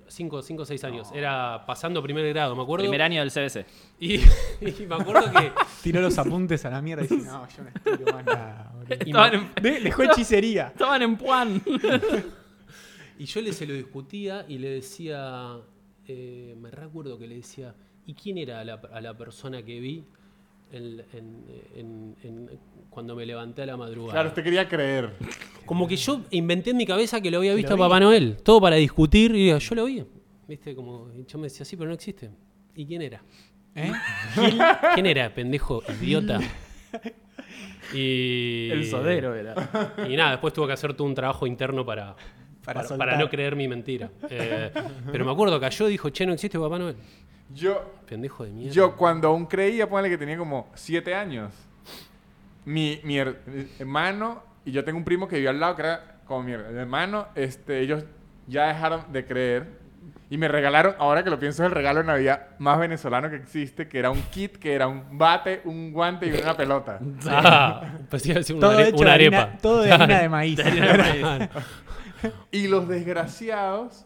S4: Cinco, cinco, seis años. Era pasando primer grado, me acuerdo.
S1: Primer año del CBC.
S4: Y, y me acuerdo que...
S3: Tiró los apuntes a la mierda y dice, no, yo no estudio más nada. boludo".
S1: Estaban en,
S3: De- Dejó hechicería.
S1: estaban en Puan.
S4: Y yo le se lo discutía y le decía, eh, me recuerdo que le decía, ¿y quién era la, a la persona que vi en- en- en- en- cuando me levanté a la madrugada?
S2: Claro, usted quería creer.
S4: Como que yo inventé en mi cabeza que lo había visto
S3: Lo
S4: a Papá Noel. Todo para discutir. Y digo, yo lo vi. ¿Viste? Como, y yo me decía, sí, pero no existe. ¿Y quién era?
S3: ¿Eh?
S4: ¿Quién era, pendejo, idiota? Y.
S1: era.
S4: Y nada, después tuvo que hacer todo un trabajo interno para.
S3: Para
S4: Para,
S3: soltar.
S4: para no creer mi mentira. Eh, pero me acuerdo que yo dijo, che, no existe Papá Noel.
S2: Yo,
S4: Pendejo de mierda.
S2: yo cuando aún creía, ponle que tenía como siete años. Mi, mi her- hermano y yo tengo un primo que vivió al lado, que era como mi hermano. Este, ellos ya dejaron de creer. Y me regalaron, ahora que lo pienso, es el regalo de Navidad más venezolano que existe, que era un kit, que era un bate, un guante y una pelota.
S4: Ah, pues iba a decir una,
S3: Todo
S4: are-
S3: hecho
S4: una
S3: de
S4: arepa. Ah,
S3: harina- todo de harina de maíz.
S2: Y los desgraciados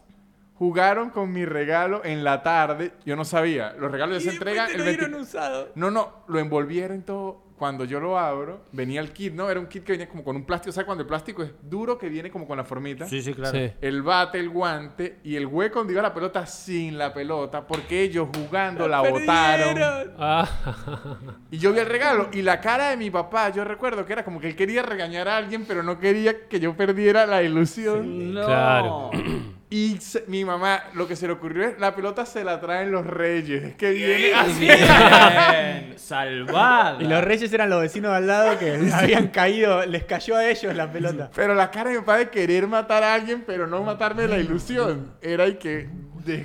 S2: jugaron con mi regalo en la tarde. Yo no sabía. Los regalos ya se
S3: pues,
S2: entregan el 20
S3: usado.
S2: No, no, lo envolvieron todo. Cuando yo lo abro, venía el kit, ¿no? Era un kit que venía como con un plástico. ¿Sabes cuando el plástico es duro que viene como con la formita?
S1: sí,
S4: Sí.
S2: El bate, el guante y el hueco donde iba la pelota sin la pelota porque ellos jugando la, botaron.
S4: Ah,
S2: Y yo vi el regalo y la cara de mi papá, yo recuerdo que era como que él quería regañar a alguien, pero no quería que yo perdiera la ilusión.
S1: No.
S4: Claro.
S2: Y se- mi mamá, lo que se le ocurrió es, la pelota se la traen los reyes, que viene así.
S1: Bien. Salvada.
S3: Y los reyes eran los vecinos de al lado que habían caído, les cayó a ellos la pelota.
S2: Pero la cara de mi papá de querer matar a alguien, pero no matarme la ilusión. Era y que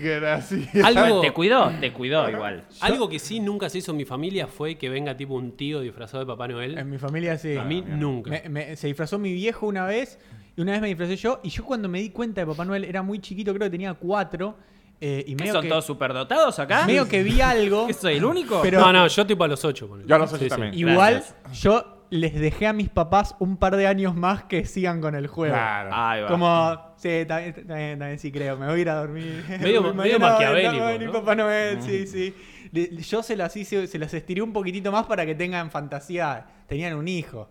S2: desgracia.
S4: algo,
S1: Te cuidó, te cuidó igual.
S4: Algo que sí nunca se hizo en mi familia fue que venga tipo un tío disfrazado de Papá Noel.
S3: En mi familia sí.
S4: A mí nunca.
S3: Me- me- se disfrazó mi viejo una vez y una vez me disfrazé yo. Y yo cuando me di cuenta de Papá Noel era muy chiquito, creo que tenía cuatro. eh, y
S1: ¿Qué,
S3: medio
S1: ¿Son
S3: que,
S1: todos superdotados acá?
S3: medio que vi algo.
S1: ¿Que soy el único?
S3: Pero-
S4: no, no, yo tipo a los ocho. ponele.
S2: Yo a los ocho
S4: Sí, sí.
S2: también.
S3: Igual
S1: Gracias.
S3: yo les dejé a mis papás un par de años más que sigan con el juego.
S1: Ahí va.
S3: Como, sí, también, también- también sí creo, me voy a ir a dormir.
S4: Medio-
S3: Mañana
S4: medio
S3: va a venir-
S4: maquiavélico,
S3: va a venir
S4: ¿no? Mm.
S3: Papá Noel, sí, sí. Le- yo se las hice, se las estiré un poquitito más para que tengan fantasía. Tenían un hijo.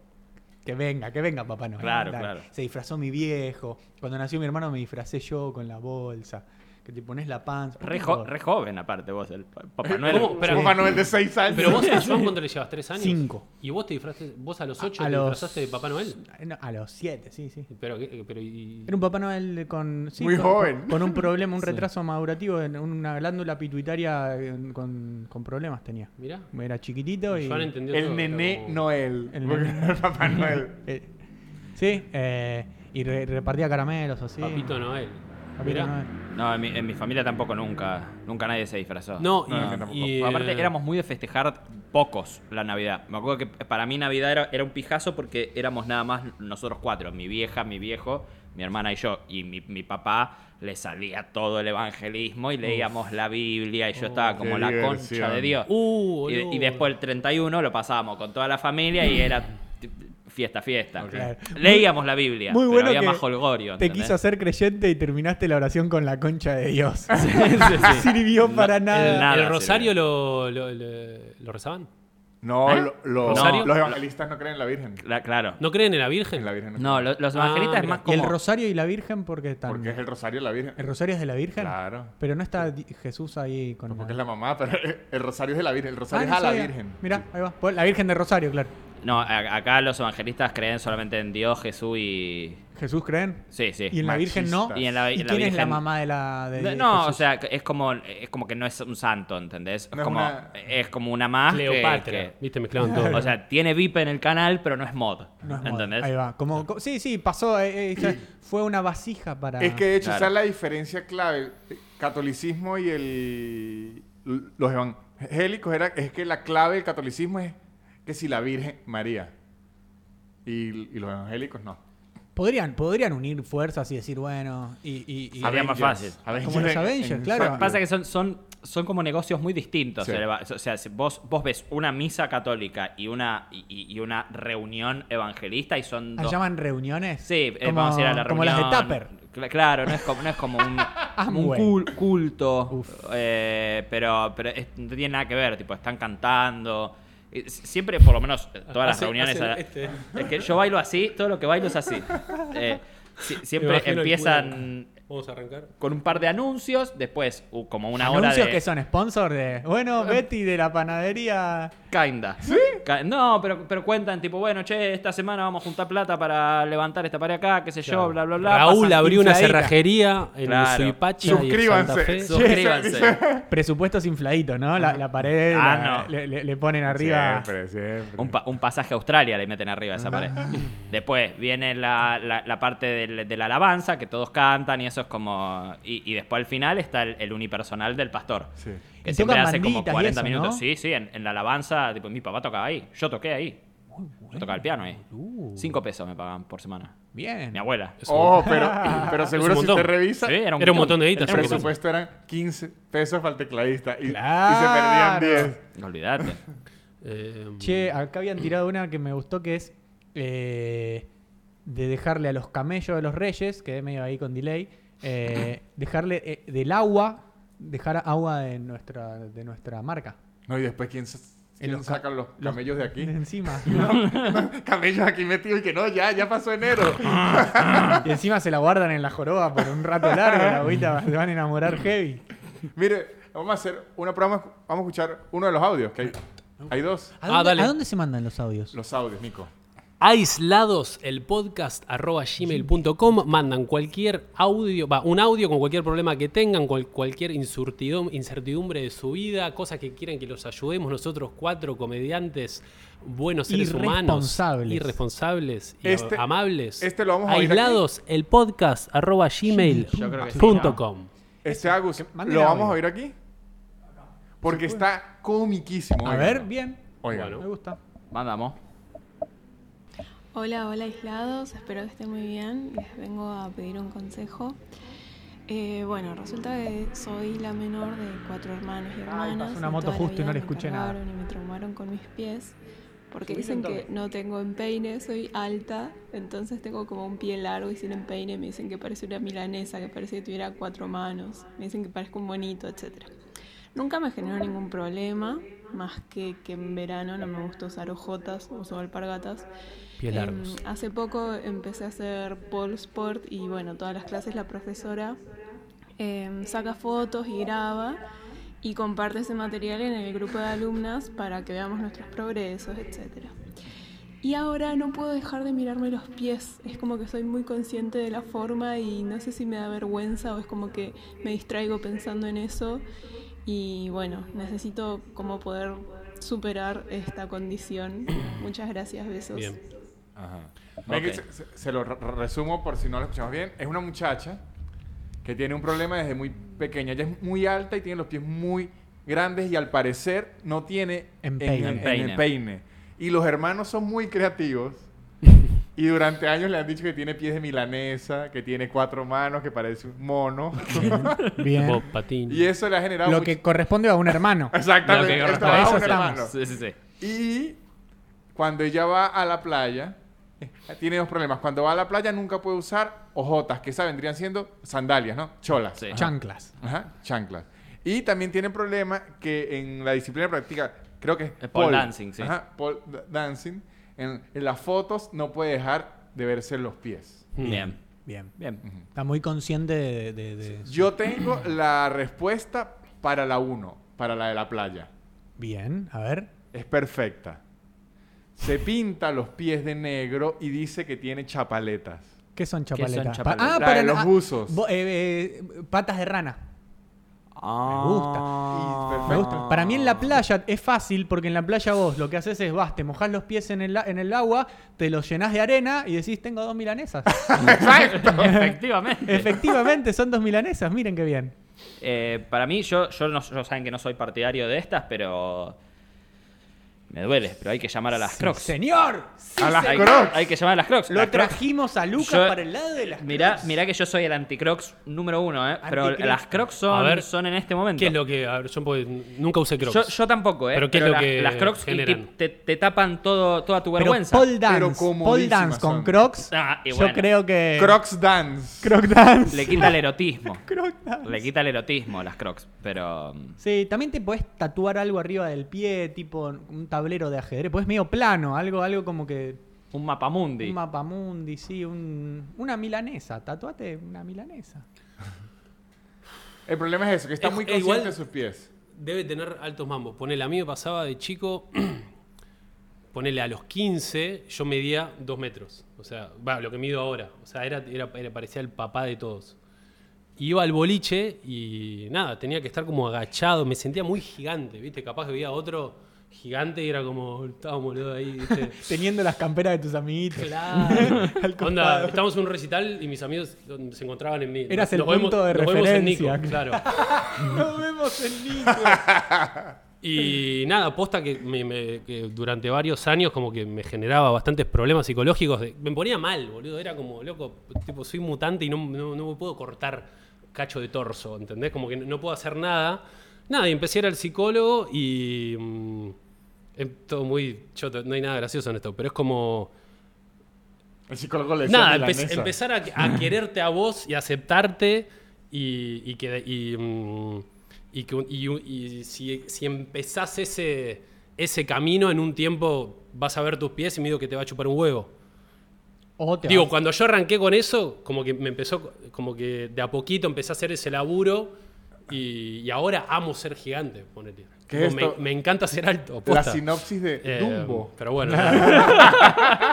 S3: Que venga, que venga Papá Noel.
S1: Claro, claro.
S3: Se disfrazó mi viejo. Cuando nació mi hermano me disfracé yo con la bolsa. Que te pones la panza.
S1: Re, jo- re joven, aparte vos, el pa- Papá Noel.
S4: ¿Cómo?
S2: Pero, Papá Noel de 6 años.
S4: Pero vos a Joan cuánto le llevas, tres años.
S3: Cinco.
S4: ¿Y vos te disfrazaste, vos a los ocho
S3: A- a
S4: te
S3: los-
S4: disfrazaste de Papá Noel?
S3: No, a los siete, sí, sí.
S4: Pero, qué- pero y-
S3: Era un Papá Noel con. sí,
S2: Muy
S3: con-
S2: joven.
S3: Con un problema, un retraso madurativo, en una glándula pituitaria eh, con, con problemas tenía.
S4: mirá.
S3: Era chiquitito y.
S4: Joan entendió todo,
S2: El
S4: era
S2: nené
S4: como-
S2: Noel.
S3: El
S2: porque
S3: nené.
S2: no era Papá Noel.
S3: eh, Sí, eh, y re- repartía caramelos así.
S4: Papito Noel.
S3: Papito
S4: Mirá.
S3: Noel.
S1: No, en mi, en mi familia tampoco nunca, nunca nadie se disfrazó.
S4: No,
S2: No,
S4: y-
S2: que tampoco.
S4: y, eh,
S1: Aparte, éramos muy de festejar pocos la Navidad. Me acuerdo que para mí Navidad era, era un pijazo porque éramos nada más nosotros cuatro: mi vieja, mi viejo, mi hermana y yo. Y mi, mi papá le salía todo el evangelismo y leíamos la Biblia. Y yo estaba como
S2: qué
S1: la concha
S2: diversión.
S1: de Dios.
S4: Uh,
S1: y, de- y
S4: boludo.
S1: después el 31 lo pasábamos con toda la familia y era t- fiesta, fiesta.
S3: Claro.
S1: Leíamos la Biblia,
S3: Muy
S1: pero
S3: bueno
S1: había
S3: que
S1: más holgorio.
S3: Te
S1: ¿entendés?
S3: quiso hacer creyente y terminaste la oración con la concha de Dios.
S1: Sí,
S3: No
S1: sí.
S3: sirvió para
S4: El,
S3: nada.
S1: sirvió.
S4: rosario lo, lo, lo- lo rezaban.
S2: No, lo- lo-
S1: ¿Rosario?
S2: los evangelistas no creen en la Virgen.
S1: La- claro.
S4: ¿No creen en la Virgen?
S2: En la Virgen
S1: No, lo- los evangelistas
S4: Ah,
S1: es más
S3: Y
S1: como...
S3: el rosario y la Virgen, porque están.
S2: Porque es el rosario de la Virgen.
S3: ¿El rosario es de la Virgen?
S2: Claro.
S3: Pero no está di- Jesús ahí con. Ah,
S2: Porque es la mamá, pero el rosario es de la Virgen. El rosario es a la Virgen.
S3: Mirá, ahí va. Pues La Virgen de Rosario, claro.
S1: No, a- acá los evangelistas creen solamente en Dios, Jesús y...
S3: Jesús creen.
S1: Sí, sí.
S3: Y en la Virgen no.
S2: Machistas.
S1: Y en la,
S3: ¿Y
S1: en
S3: quién
S1: la
S3: es la
S1: Virgen-
S3: mamá de la. De
S1: No, No, o
S3: Jesús?
S1: sea, es como, es como que no es un santo, ¿entendés? Es,
S2: No es
S1: como,
S2: una-
S1: es como una más que-
S4: Ah, Cleopatra.
S1: Ah, que-
S4: Viste, mezclaban todo.
S1: O sea, tiene VIP en el canal, pero no es mod.
S3: No es moda.
S1: ¿Entendés?
S3: Ahí va. Como, co- sí, sí, pasó. eh, eh, ya fue una vasija para.
S2: Es que de hecho
S1: Claro.
S2: esa es la diferencia clave. El Catolicismo y el los evangélicos era es que la clave del catolicismo es que si la Virgen María y, y los evangélicos no.
S3: Podrían, podrían unir fuerzas y decir, bueno. Y, y- y-
S1: A ver, Sería más fácil.
S2: Avengers
S3: Como los
S2: en-
S3: Avengers,
S2: en-
S3: claro.
S2: exacto.
S1: Pasa que son, son, son como negocios muy distintos.
S2: Sí.
S1: el eva- O sea, si vos, vos ves una misa católica y una, y- y, y una reunión evangelista y son
S3: ¿Ah,
S1: dos,
S3: ¿Llaman reuniones?
S1: Sí, eh,
S3: Como-
S1: vamos a ir a la reunión.
S3: Como las de Tupper.
S1: Cla- Claro, no es como, no es como un,
S4: Ah,
S1: un
S3: Amway.
S1: cul- culto,
S3: Uf.
S1: eh, pero, pero es- no tiene nada que ver, tipo, están cantando. Eh, s- Siempre, por lo menos, eh, todas las
S4: Hace-
S1: reuniones...
S4: hace
S1: a la-
S4: este.
S1: Es que yo bailo así, todo lo que bailo es así. Eh, si-
S4: Me
S1: siempre
S4: imagino el
S1: empiezan
S4: Vamos a arrancar.
S1: con un par de anuncios, después uh, como una hora
S3: Anuncios
S1: de...
S3: que son sponsor de. Bueno, Betty de la panadería.
S1: Kinda. ¿Sí? No, pero, pero cuentan, tipo, bueno, che, esta semana vamos a juntar plata para levantar esta pared acá, qué sé yo, bla, bla, bla.
S4: Raúl
S1: Pasan-
S4: abrió una
S3: infladita.
S4: cerrajería en
S1: Claro.
S4: Suipacha y en Santa
S2: Suscríbanse.
S4: Fe.
S1: Suscríbanse.
S3: Presupuestos infladitos, ¿no? La, la pared.
S1: Ah,
S3: la-
S1: no.
S3: le, le- le ponen arriba.
S2: Siempre, siempre.
S1: Un, pa- un pasaje a Australia le meten arriba a esa pared. Después viene la, la- la parte del- de la alabanza, que todos cantan y eso es como... Y, y después al final está el, el unipersonal del pastor.
S2: Sí.
S1: Que
S3: Y
S1: siempre
S3: tocan
S1: hace como
S3: banditas y
S1: 40
S3: eso,
S1: minutos.
S3: ¿no?
S1: Sí, sí, en, en la alabanza, tipo, mi papá tocaba ahí. Yo toqué ahí. Yo tocaba el piano ahí.
S3: Uh.
S1: Cinco pesos me pagaban por semana.
S3: Bien.
S1: Mi abuela.
S4: Es un-
S2: Oh, pero, pero seguro
S4: Es un
S2: si
S4: montón.
S2: te revisa,
S1: Sí,
S4: Era un montón de
S2: el
S4: guitas.
S1: Era un montón.
S2: presupuesto eran 15 pesos para el tecladista y, y
S3: Claro.
S2: se perdían 10.
S1: Olvídate.
S4: Eh,
S3: Che, acá habían tirado una que me gustó que es eh, de dejarle a los camellos de los reyes, quedé medio ahí con delay, eh, dejarle eh, del agua, dejar agua de nuestra, de nuestra marca.
S2: No, y después quién, sa- quién
S3: los ca-
S2: saca los camellos de aquí.
S3: De Encima.
S2: camellos aquí metidos y que no, ya, ya pasó enero.
S3: Y encima se la guardan en la joroba por un rato largo, la agüita, se van a enamorar heavy.
S2: Mire, vamos a hacer una prueba, vamos a escuchar uno de los audios, que hay, hay dos.
S3: ¿A
S4: Ah,
S3: dónde,
S4: dale.
S3: a dónde se mandan los audios?
S2: Los audios, Nico.
S4: Aislados, el podcast arroba gmail.com, mandan cualquier audio, va, un audio con cualquier problema que tengan, cual- cualquier insurtidum- incertidumbre de su vida, cosas que quieran que los ayudemos nosotros cuatro comediantes, buenos seres humanos,
S3: Irresponsables.
S4: irresponsables y
S2: Este-
S4: a- amables.
S2: este lo vamos a oír aquí.
S4: Aislados, el podcast arroba
S1: Yo creo que sí,
S4: gmail.com.
S2: Este Agus,
S3: mande
S2: ¿lo
S3: el
S2: vamos a
S3: audio. pues.
S2: oír aquí? Porque está comiquísimo.
S3: A
S2: oigan.
S3: ver, bien.
S2: Oigan.
S3: Me gusta.
S1: Mandamos.
S5: Hola, hola aislados, espero que estén muy bien. Les vengo a pedir un consejo. Eh, bueno, resulta que soy la menor de cuatro hermanos y hermanas.
S3: pasó una
S5: y
S3: moto
S5: toda
S3: justo y
S5: vida
S3: no le
S5: me
S3: escuché nada.
S5: cargaron Y me traumaron con mis pies porque
S3: Subile
S5: dicen
S3: un toque.
S5: que no tengo empeine, soy alta, entonces tengo como un pie largo y sin empeine. Me dicen que parece una milanesa, que parece que tuviera cuatro manos. Me dicen que parezco un bonito, etcétera. Nunca me generó ningún problema, más que que en verano no me gusta usar ojotas, uso alpargatas.
S4: Piel
S5: Em,
S4: largos.
S5: hace poco empecé a hacer pole sport y bueno, todas las clases la profesora em, saca fotos y graba y comparte ese material en el grupo de alumnas para que veamos nuestros progresos, etcétera. Y ahora no puedo dejar de mirarme los pies. Es como que soy muy consciente de la forma y no sé si me da vergüenza o es como que me distraigo pensando en eso. Y bueno, necesito como poder superar esta condición. Muchas gracias, besos.
S4: Bien.
S2: Ajá. Ven que
S1: Ok.
S2: se, se- se lo re- resumo por si no lo escuchamos bien. Es una muchacha que tiene un problema desde muy pequeña. Ella es muy alta y tiene los pies muy grandes y al parecer no tiene
S3: Empeine.
S2: en- en- en
S1: Empeine.
S2: empeine. Y los hermanos son muy creativos. Y durante años le han dicho que tiene pies de milanesa, que tiene cuatro manos, que parece un mono.
S3: Bien.
S4: Tipo patín.
S2: y eso le ha generado...
S3: Lo
S2: mucho-
S3: que corresponde a un hermano.
S2: Exactamente.
S1: Lo que
S2: el
S1: corresponde.
S2: trabajo
S3: Eso
S2: de un
S3: estamos.
S2: hermano.
S1: Sí, sí, sí.
S2: Y cuando ella va a la playa, eh, tiene dos problemas. Cuando va a la playa nunca puede usar ojotas, que esas vendrían siendo sandalias, ¿no? Cholas.
S1: Sí.
S3: Chanclas.
S2: Ajá, chanclas. Y también tiene problema que en la disciplina práctica, creo que es
S1: El pole dancing, sí.
S2: Ajá, pole da- dancing. En, en las fotos no puede dejar de verse los pies.
S4: Mm.
S1: Bien,
S3: Bien.
S1: bien.
S3: Está muy consciente de, de- de-
S2: Yo tengo la respuesta para la 1, para la de la playa.
S3: Bien, a ver.
S2: Es perfecta. Se pinta los pies de negro y dice que tiene chapaletas.
S3: ¿Qué son
S4: son
S3: chapaletas? Pa-
S4: chapaletas?
S3: Ah,
S2: La
S3: para
S2: de los
S3: ah,
S2: buzos.
S3: bo- eh, eh, patas de rana.
S2: Ah.
S1: Ah.
S2: Me gusta.
S3: Me gusta. Para mí en la playa es fácil porque en la playa vos lo que haces es vas, te mojás los pies en el, a- en el agua, te los llenás de arena y decís, tengo dos milanesas.
S1: Efectivamente.
S3: Efectivamente, son dos milanesas, miren qué bien.
S1: Eh, para mí, yo, yo, no, yo saben que no soy partidario de estas, pero. Me duele, pero hay que llamar a las Crocs.
S3: ¡Señor!
S2: a las
S1: hay,
S2: Crocs.
S1: hay que llamar a las Crocs.
S3: Lo
S1: Las Crocs-
S3: trajimos a Lucas
S1: Yo-
S3: para el lado de las
S1: Mirá,
S3: Crocs.
S1: mirá que yo soy el anticrocs número uno, ¿eh? Pero
S3: Anticrocs.
S1: las crocs
S4: A
S1: son,
S4: ver,
S1: son en este momento.
S4: ¿Qué es lo que.? A ver, yo porque nunca usé crocs.
S1: Yo, yo tampoco, ¿eh?
S4: Pero ¿qué es lo
S1: las,
S4: que
S1: las crocs y
S4: generan?
S1: te, te tapan todo, toda tu
S3: Pero
S1: vergüenza.
S3: pole dance,
S2: Pero comodísimas
S3: pole dance con
S2: son.
S3: Crocs,
S1: Ah, y
S3: yo
S1: bueno.
S3: creo que...
S2: Crocs Dance.
S3: Croc dance.
S1: Le quita el erotismo.
S3: Croc dance.
S1: Le quita el erotismo las crocs. Pero. mm,
S3: Sí, también te podés tatuar algo arriba del pie, tipo un tablero de ajedrez. Pues medio plano, algo, algo como que.
S1: Un mapamundi.
S3: Un mapamundi, sí, un- una milanesa. Tatuate una milanesa.
S2: El problema es eso, que está
S4: Es-
S2: muy
S4: es
S2: consciente
S4: igual-
S2: de sus pies.
S4: Debe tener altos mambos. Ponele, a mí me pasaba de chico. Ponele, a los 15 yo medía 2 metros. O sea, va, lo que mido ahora. O sea, era, era, era- parecía el papá de todos. Iba al boliche y nada, tenía que estar como agachado. Me sentía muy gigante, ¿viste? Capaz que veía a otro gigante y era como, estábamos boludo ahí, ¿viste?
S3: Teniendo las camperas de tus amiguitos.
S4: Claro.
S3: Al costado.
S4: Onda, estábamos en un recital y mis amigos se encontraban en mí.
S3: Eras el
S4: Nos vemos-
S3: punto de
S4: nos vemos en
S3: referencia.
S4: Nico, claro.
S3: Nos vemos en Nico.
S4: Y nada, posta que, me- me- que durante varios años como que me generaba bastantes problemas psicológicos. de- me ponía mal, boludo. Era como, loco, tipo, soy mutante y no, no, no me puedo cortar cacho de torso, ¿entendés? Como que no, no puedo hacer nada. Nada, y empecé a ir al psicólogo y... mm, es todo muy choto, no hay nada gracioso en esto, pero es como...
S2: El psicólogo le decía
S4: Nada, empe-
S2: milanesa.
S4: empezar a, a quererte a vos y aceptarte y, y que, y, mm, y que un- y un- y si, si empezás ese, ese camino en un tiempo vas a ver tus pies y me digo que te va a chupar un huevo.
S3: O te
S4: Digo,
S3: vas.
S4: cuando yo arranqué con eso, como que me empezó, como que de a poquito empecé a hacer ese laburo y, y ahora amo ser gigante, ponete.
S2: ¿Qué es
S4: Tipo,
S2: esto?
S4: me, me encanta ser alto.
S2: La
S4: posta.
S2: sinopsis de
S4: Eh,
S2: Dumbo.
S4: Pero bueno.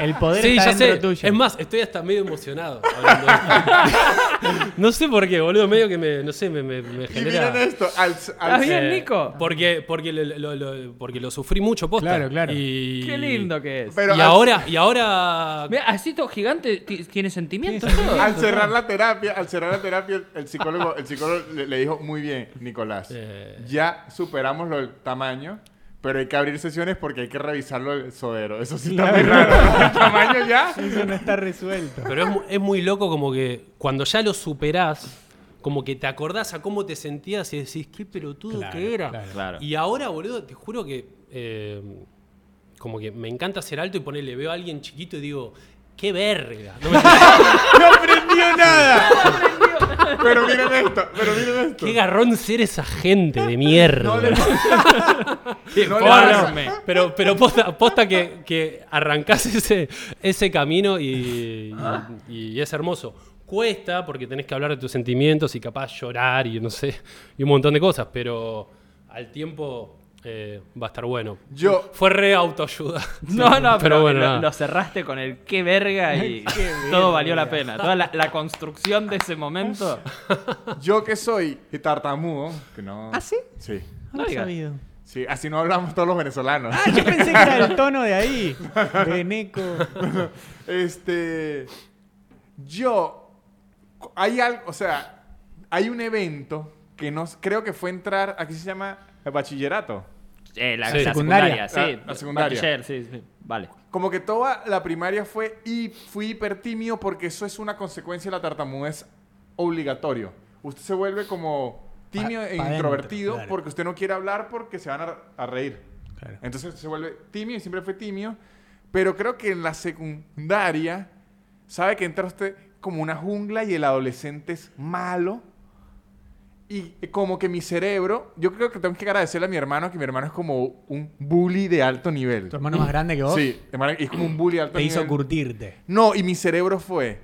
S3: el poder
S4: Sí,
S3: está
S4: ya sé.
S3: dentro tuyo.
S4: Es más, estoy hasta medio emocionado. hablando de esto. no sé por qué, boludo. Medio que me, no sé, me, me- me
S2: Y miren
S4: genera.
S2: esto. Al, al-
S1: ¿Estás bien,
S4: Eh,
S1: Nico?
S4: Porque, porque, lo, lo- lo- porque lo sufrí mucho, posta.
S3: Claro, claro.
S4: Y,
S1: Qué lindo que es.
S2: Pero
S4: y
S2: al-
S4: ahora, y ahora.
S1: Mirá, así todo gigante ti- tiene sentimientos. todo.
S2: Al cerrar la terapia, al cerrar la terapia, el- el psicólogo, el psicólogo le, le dijo muy bien, Nicolás.
S4: Eh.
S2: Ya superamos lo del tamaño, pero hay que abrir sesiones porque hay que revisarlo el sodero. Eso sí está muy raro. El tamaño ya.
S3: Eso no está resuelto.
S4: Pero es, mu- es muy loco como que cuando ya lo superás, como que te acordás a cómo te sentías y decís, qué pelotudo
S3: Claro,
S4: que era.
S3: claro.
S1: Claro.
S4: Y ahora, boludo, te juro que eh, como que me encanta ser alto y ponerle, veo a alguien chiquito y digo, qué verga. No me-
S2: ¡No aprendió nada! Pero miren esto, pero miren esto.
S4: qué garrón ser esa gente de mierda.
S2: No le-
S4: Qué
S2: no le
S4: forra.
S1: pasa.
S4: pero, pero posta, posta que, que arrancás ese, ese camino y, y- y es hermoso. Cuesta porque tenés que hablar de tus sentimientos y capaz llorar y no sé, y un montón de cosas, pero al tiempo eh, va a estar bueno.
S2: Yo-
S4: Fue re autoayuda.
S1: No, no, pero,
S4: bueno, nada.
S1: lo, lo cerraste con el qué verga y todo valió la pena. Toda la, la construcción de ese momento.
S2: Yo que soy tartamudo, que no.
S3: ¿Ah, sí?
S2: Sí.
S3: No lo
S1: Oiga.
S3: he sabido.
S2: Sí, así no hablamos todos los venezolanos.
S3: Ah, yo pensé que era el tono de ahí. Veneco.
S2: Este. Yo. Hay algo. O sea, hay un evento que nos. Creo que fue entrar. Aquí se llama bachillerato.
S1: Eh, la,
S4: Sí.
S1: la
S3: Secundaria.
S1: secundaria, sí.
S2: La- la secundaria.
S1: Bachiller, sí, sí. Vale.
S2: Como que toda la primaria fue y fui hiper tímido porque eso es una consecuencia de la tartamudez obligatorio. Usted se vuelve como tímido
S3: Pa- pa'
S2: e
S3: dentro,
S2: introvertido
S3: claro.
S2: porque usted no quiere hablar porque se van a, a reír.
S3: Claro.
S2: Entonces se vuelve tímido y siempre fue tímido. Pero creo que en la secundaria sabe que entra usted como una jungla y el adolescente es malo. Y como que mi cerebro, yo creo que tengo que agradecerle a mi hermano, que mi hermano es como un bully de alto nivel.
S3: Tu hermano más grande que vos
S2: Sí, hermano, y es como un bully de alto
S3: te hizo
S2: nivel.
S3: curtirte.
S2: No, y mi cerebro fue,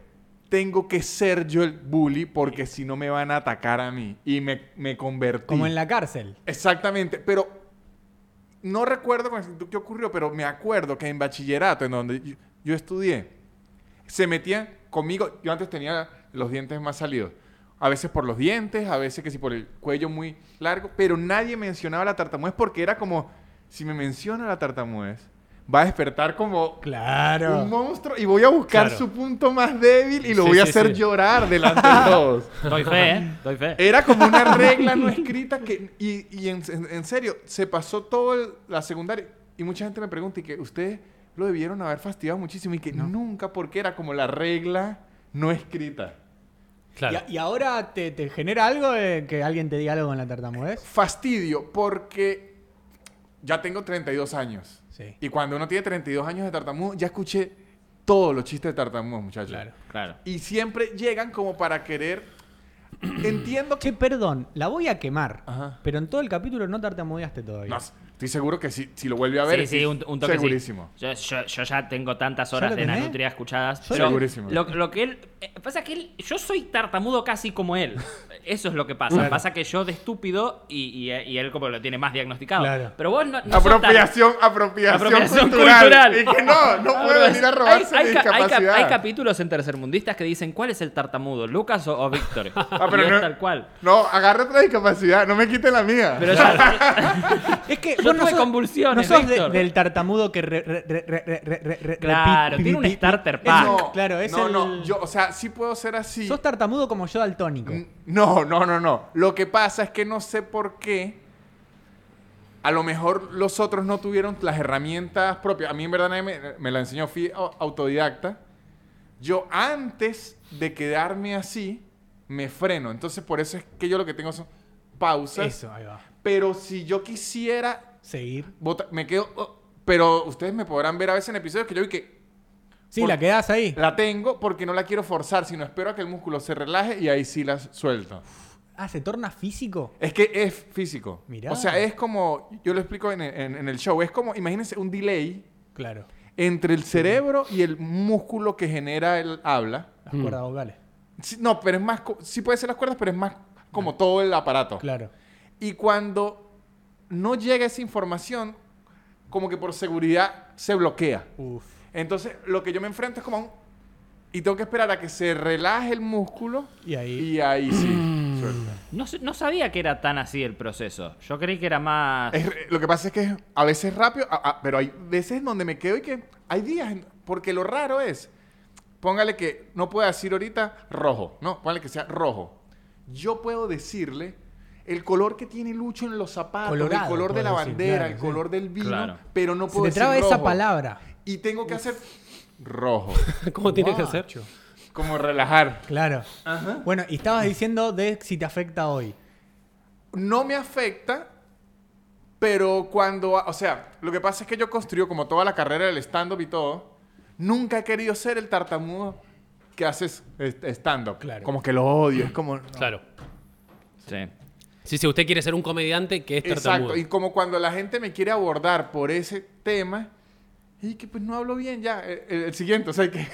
S2: tengo que ser yo el bully porque si no me van a atacar a mí. Y me, me convertí.
S3: Como en la cárcel.
S2: Exactamente, pero no recuerdo con exactitud qué ocurrió, pero me acuerdo que en bachillerato, en donde yo, yo estudié, se metían conmigo, yo antes tenía los dientes más salidos. A veces por los dientes, a veces que si por el cuello muy largo, pero nadie mencionaba la tartamudez porque era como, si me menciona la tartamudez, va a despertar como un
S3: Claro.
S2: monstruo y voy a buscar
S4: Claro.
S2: su punto más débil y lo
S4: Sí,
S2: voy a
S4: sí,
S2: hacer
S4: sí.
S2: llorar delante de todos.
S1: Doy fe, ¿eh? Doy fe.
S2: Era como una regla no escrita que, y, y en, en- en serio, se pasó toda la secundaria y mucha gente me pregunta y que ustedes lo debieron haber fastidiado muchísimo y que nunca porque era como la regla no escrita.
S4: Claro.
S3: ¿Y, y ahora te, te genera algo de que alguien te diga algo con la tartamudez?
S2: Fastidio porque ya tengo 32 años.
S3: Sí.
S2: Y cuando uno tiene 32 años de tartamudo, ya escuché todos los chistes de tartamudo, muchachos.
S3: Claro.
S1: Claro.
S2: Y siempre llegan como para querer... Entiendo que...
S3: Che, perdón, la voy a quemar.
S2: Ajá.
S3: Pero en todo el capítulo no tartamudeaste todavía.
S2: No, estoy seguro que si, si lo vuelve a ver...
S1: sí, sí,
S2: estoy
S1: un, un toque sí.
S2: Segurísimo.
S1: Yo, yo- yo ya tengo tantas
S3: ¿Ya
S1: horas
S3: lo
S1: de
S3: tenés?
S1: nanutria escuchadas.
S3: Yo
S1: pero
S2: Segurísimo.
S1: Lo, lo que él. eh, Pasa que él. Yo soy tartamudo casi como él. Eso es lo que pasa. Pasa que yo de estúpido y, y- eh, y él como lo tiene más diagnosticado.
S3: Claro.
S1: Pero vos no. no sos tan-
S2: Apropiación, apropiación,
S1: Apropiación
S2: cultural.
S1: cultural.
S2: Y que no, no puede
S1: Ahora,
S2: venir a robarse mi
S1: ca- ca-
S2: discapacidad.
S1: hay capítulos en tercermundistas que dicen ¿cuál es el tartamudo? ¿Lucas o, o Víctor?
S2: Ah, pero
S1: Y es
S2: no-
S1: tal cual.
S2: No, agarra otra discapacidad, no me quiten la mía.
S1: Pero ya-
S3: Es que
S1: Yo
S3: vos no
S1: tuve
S3: sos-
S1: convulsiones,
S3: No sos de-
S1: Víctor.
S3: del tartamudo que re- re- re- re- re- re- re- re-
S1: Claro,
S3: pi-
S1: tiene un
S3: pi- pi-
S1: starter
S3: es-
S1: pack.
S2: no,
S3: claro, es
S2: no,
S3: el-
S2: no, yo, Mm, o sea, sí puedo ser así.
S3: Sos tartamudo como yo daltónico.
S2: N- No, no, no, no. Lo que pasa es que no sé por qué. A lo mejor los otros no tuvieron las herramientas propias. A mí en verdad nadie me, me la enseñó, fui au- autodidacta. Yo antes de quedarme así, me freno. Entonces por eso es que yo lo que tengo son pausas.
S3: Eso, ahí va.
S2: Pero si yo quisiera,
S3: Seguir.
S2: bota- me quedo... oh, pero ustedes me podrán ver a veces en episodios que yo vi que
S3: Sí,
S2: Por-
S3: la quedás ahí.
S2: la tengo porque no la quiero forzar, sino espero a que el músculo se relaje y ahí sí la suelto.
S3: Ah, ¿se torna físico?
S2: Es que es físico.
S3: Mirá.
S2: O sea, es como, yo lo explico en, en- en el show, es como, imagínense un delay
S3: Claro.
S2: entre el cerebro y el músculo que genera el habla.
S3: Las
S1: Mm.
S3: cuerdas vocales.
S2: Sí, no, pero es más, co- sí puede ser las cuerdas, pero es más como todo el aparato.
S3: Ah. Claro.
S2: Y cuando no llega esa información, como que por seguridad se bloquea.
S3: Uf.
S2: Entonces, lo que yo me enfrento es como a un... Y tengo que esperar a que se relaje el músculo
S3: Y ahí.
S2: y ahí
S3: Mm.
S2: sí. suelta.
S1: no, sé- no sabía que era tan así el proceso. Yo creí que era más.
S2: Es re- lo que pasa es que es a veces rápido, a- a- pero hay veces donde me quedo y que hay días, en- porque lo raro es, póngale que no pueda decir ahorita rojo, no, póngale que sea rojo. Yo puedo decirle el color que tiene Lucho en los zapatos,
S3: Colorado,
S2: el color de la
S3: puedo decir,
S2: bandera,
S3: claro,
S2: el
S3: sí.
S2: color del vino,
S1: Claro.
S2: pero no
S3: Se
S2: puedo
S3: te
S2: decir
S3: traba esa
S2: rojo.
S3: palabra.
S2: Y tengo que hacer rojo,
S4: ¿Cómo tiene que ser?
S3: Guacho.
S2: como relajar.
S3: Claro. Bueno, y estabas diciendo de si te afecta hoy.
S2: no me afecta, pero cuando, o sea, lo que pasa es que yo construyo como toda la carrera del stand-up y todo, nunca he querido ser el tartamudo que haces est- stand-up.
S3: Claro.
S2: Como que lo odio, es como...
S4: Claro.
S1: Sí.
S4: Sí, si usted quiere ser un comediante que es tartamudo.
S2: Exacto, y como cuando la gente me quiere abordar por ese tema, y que pues no hablo bien ya, el, el- el siguiente, o sea, que...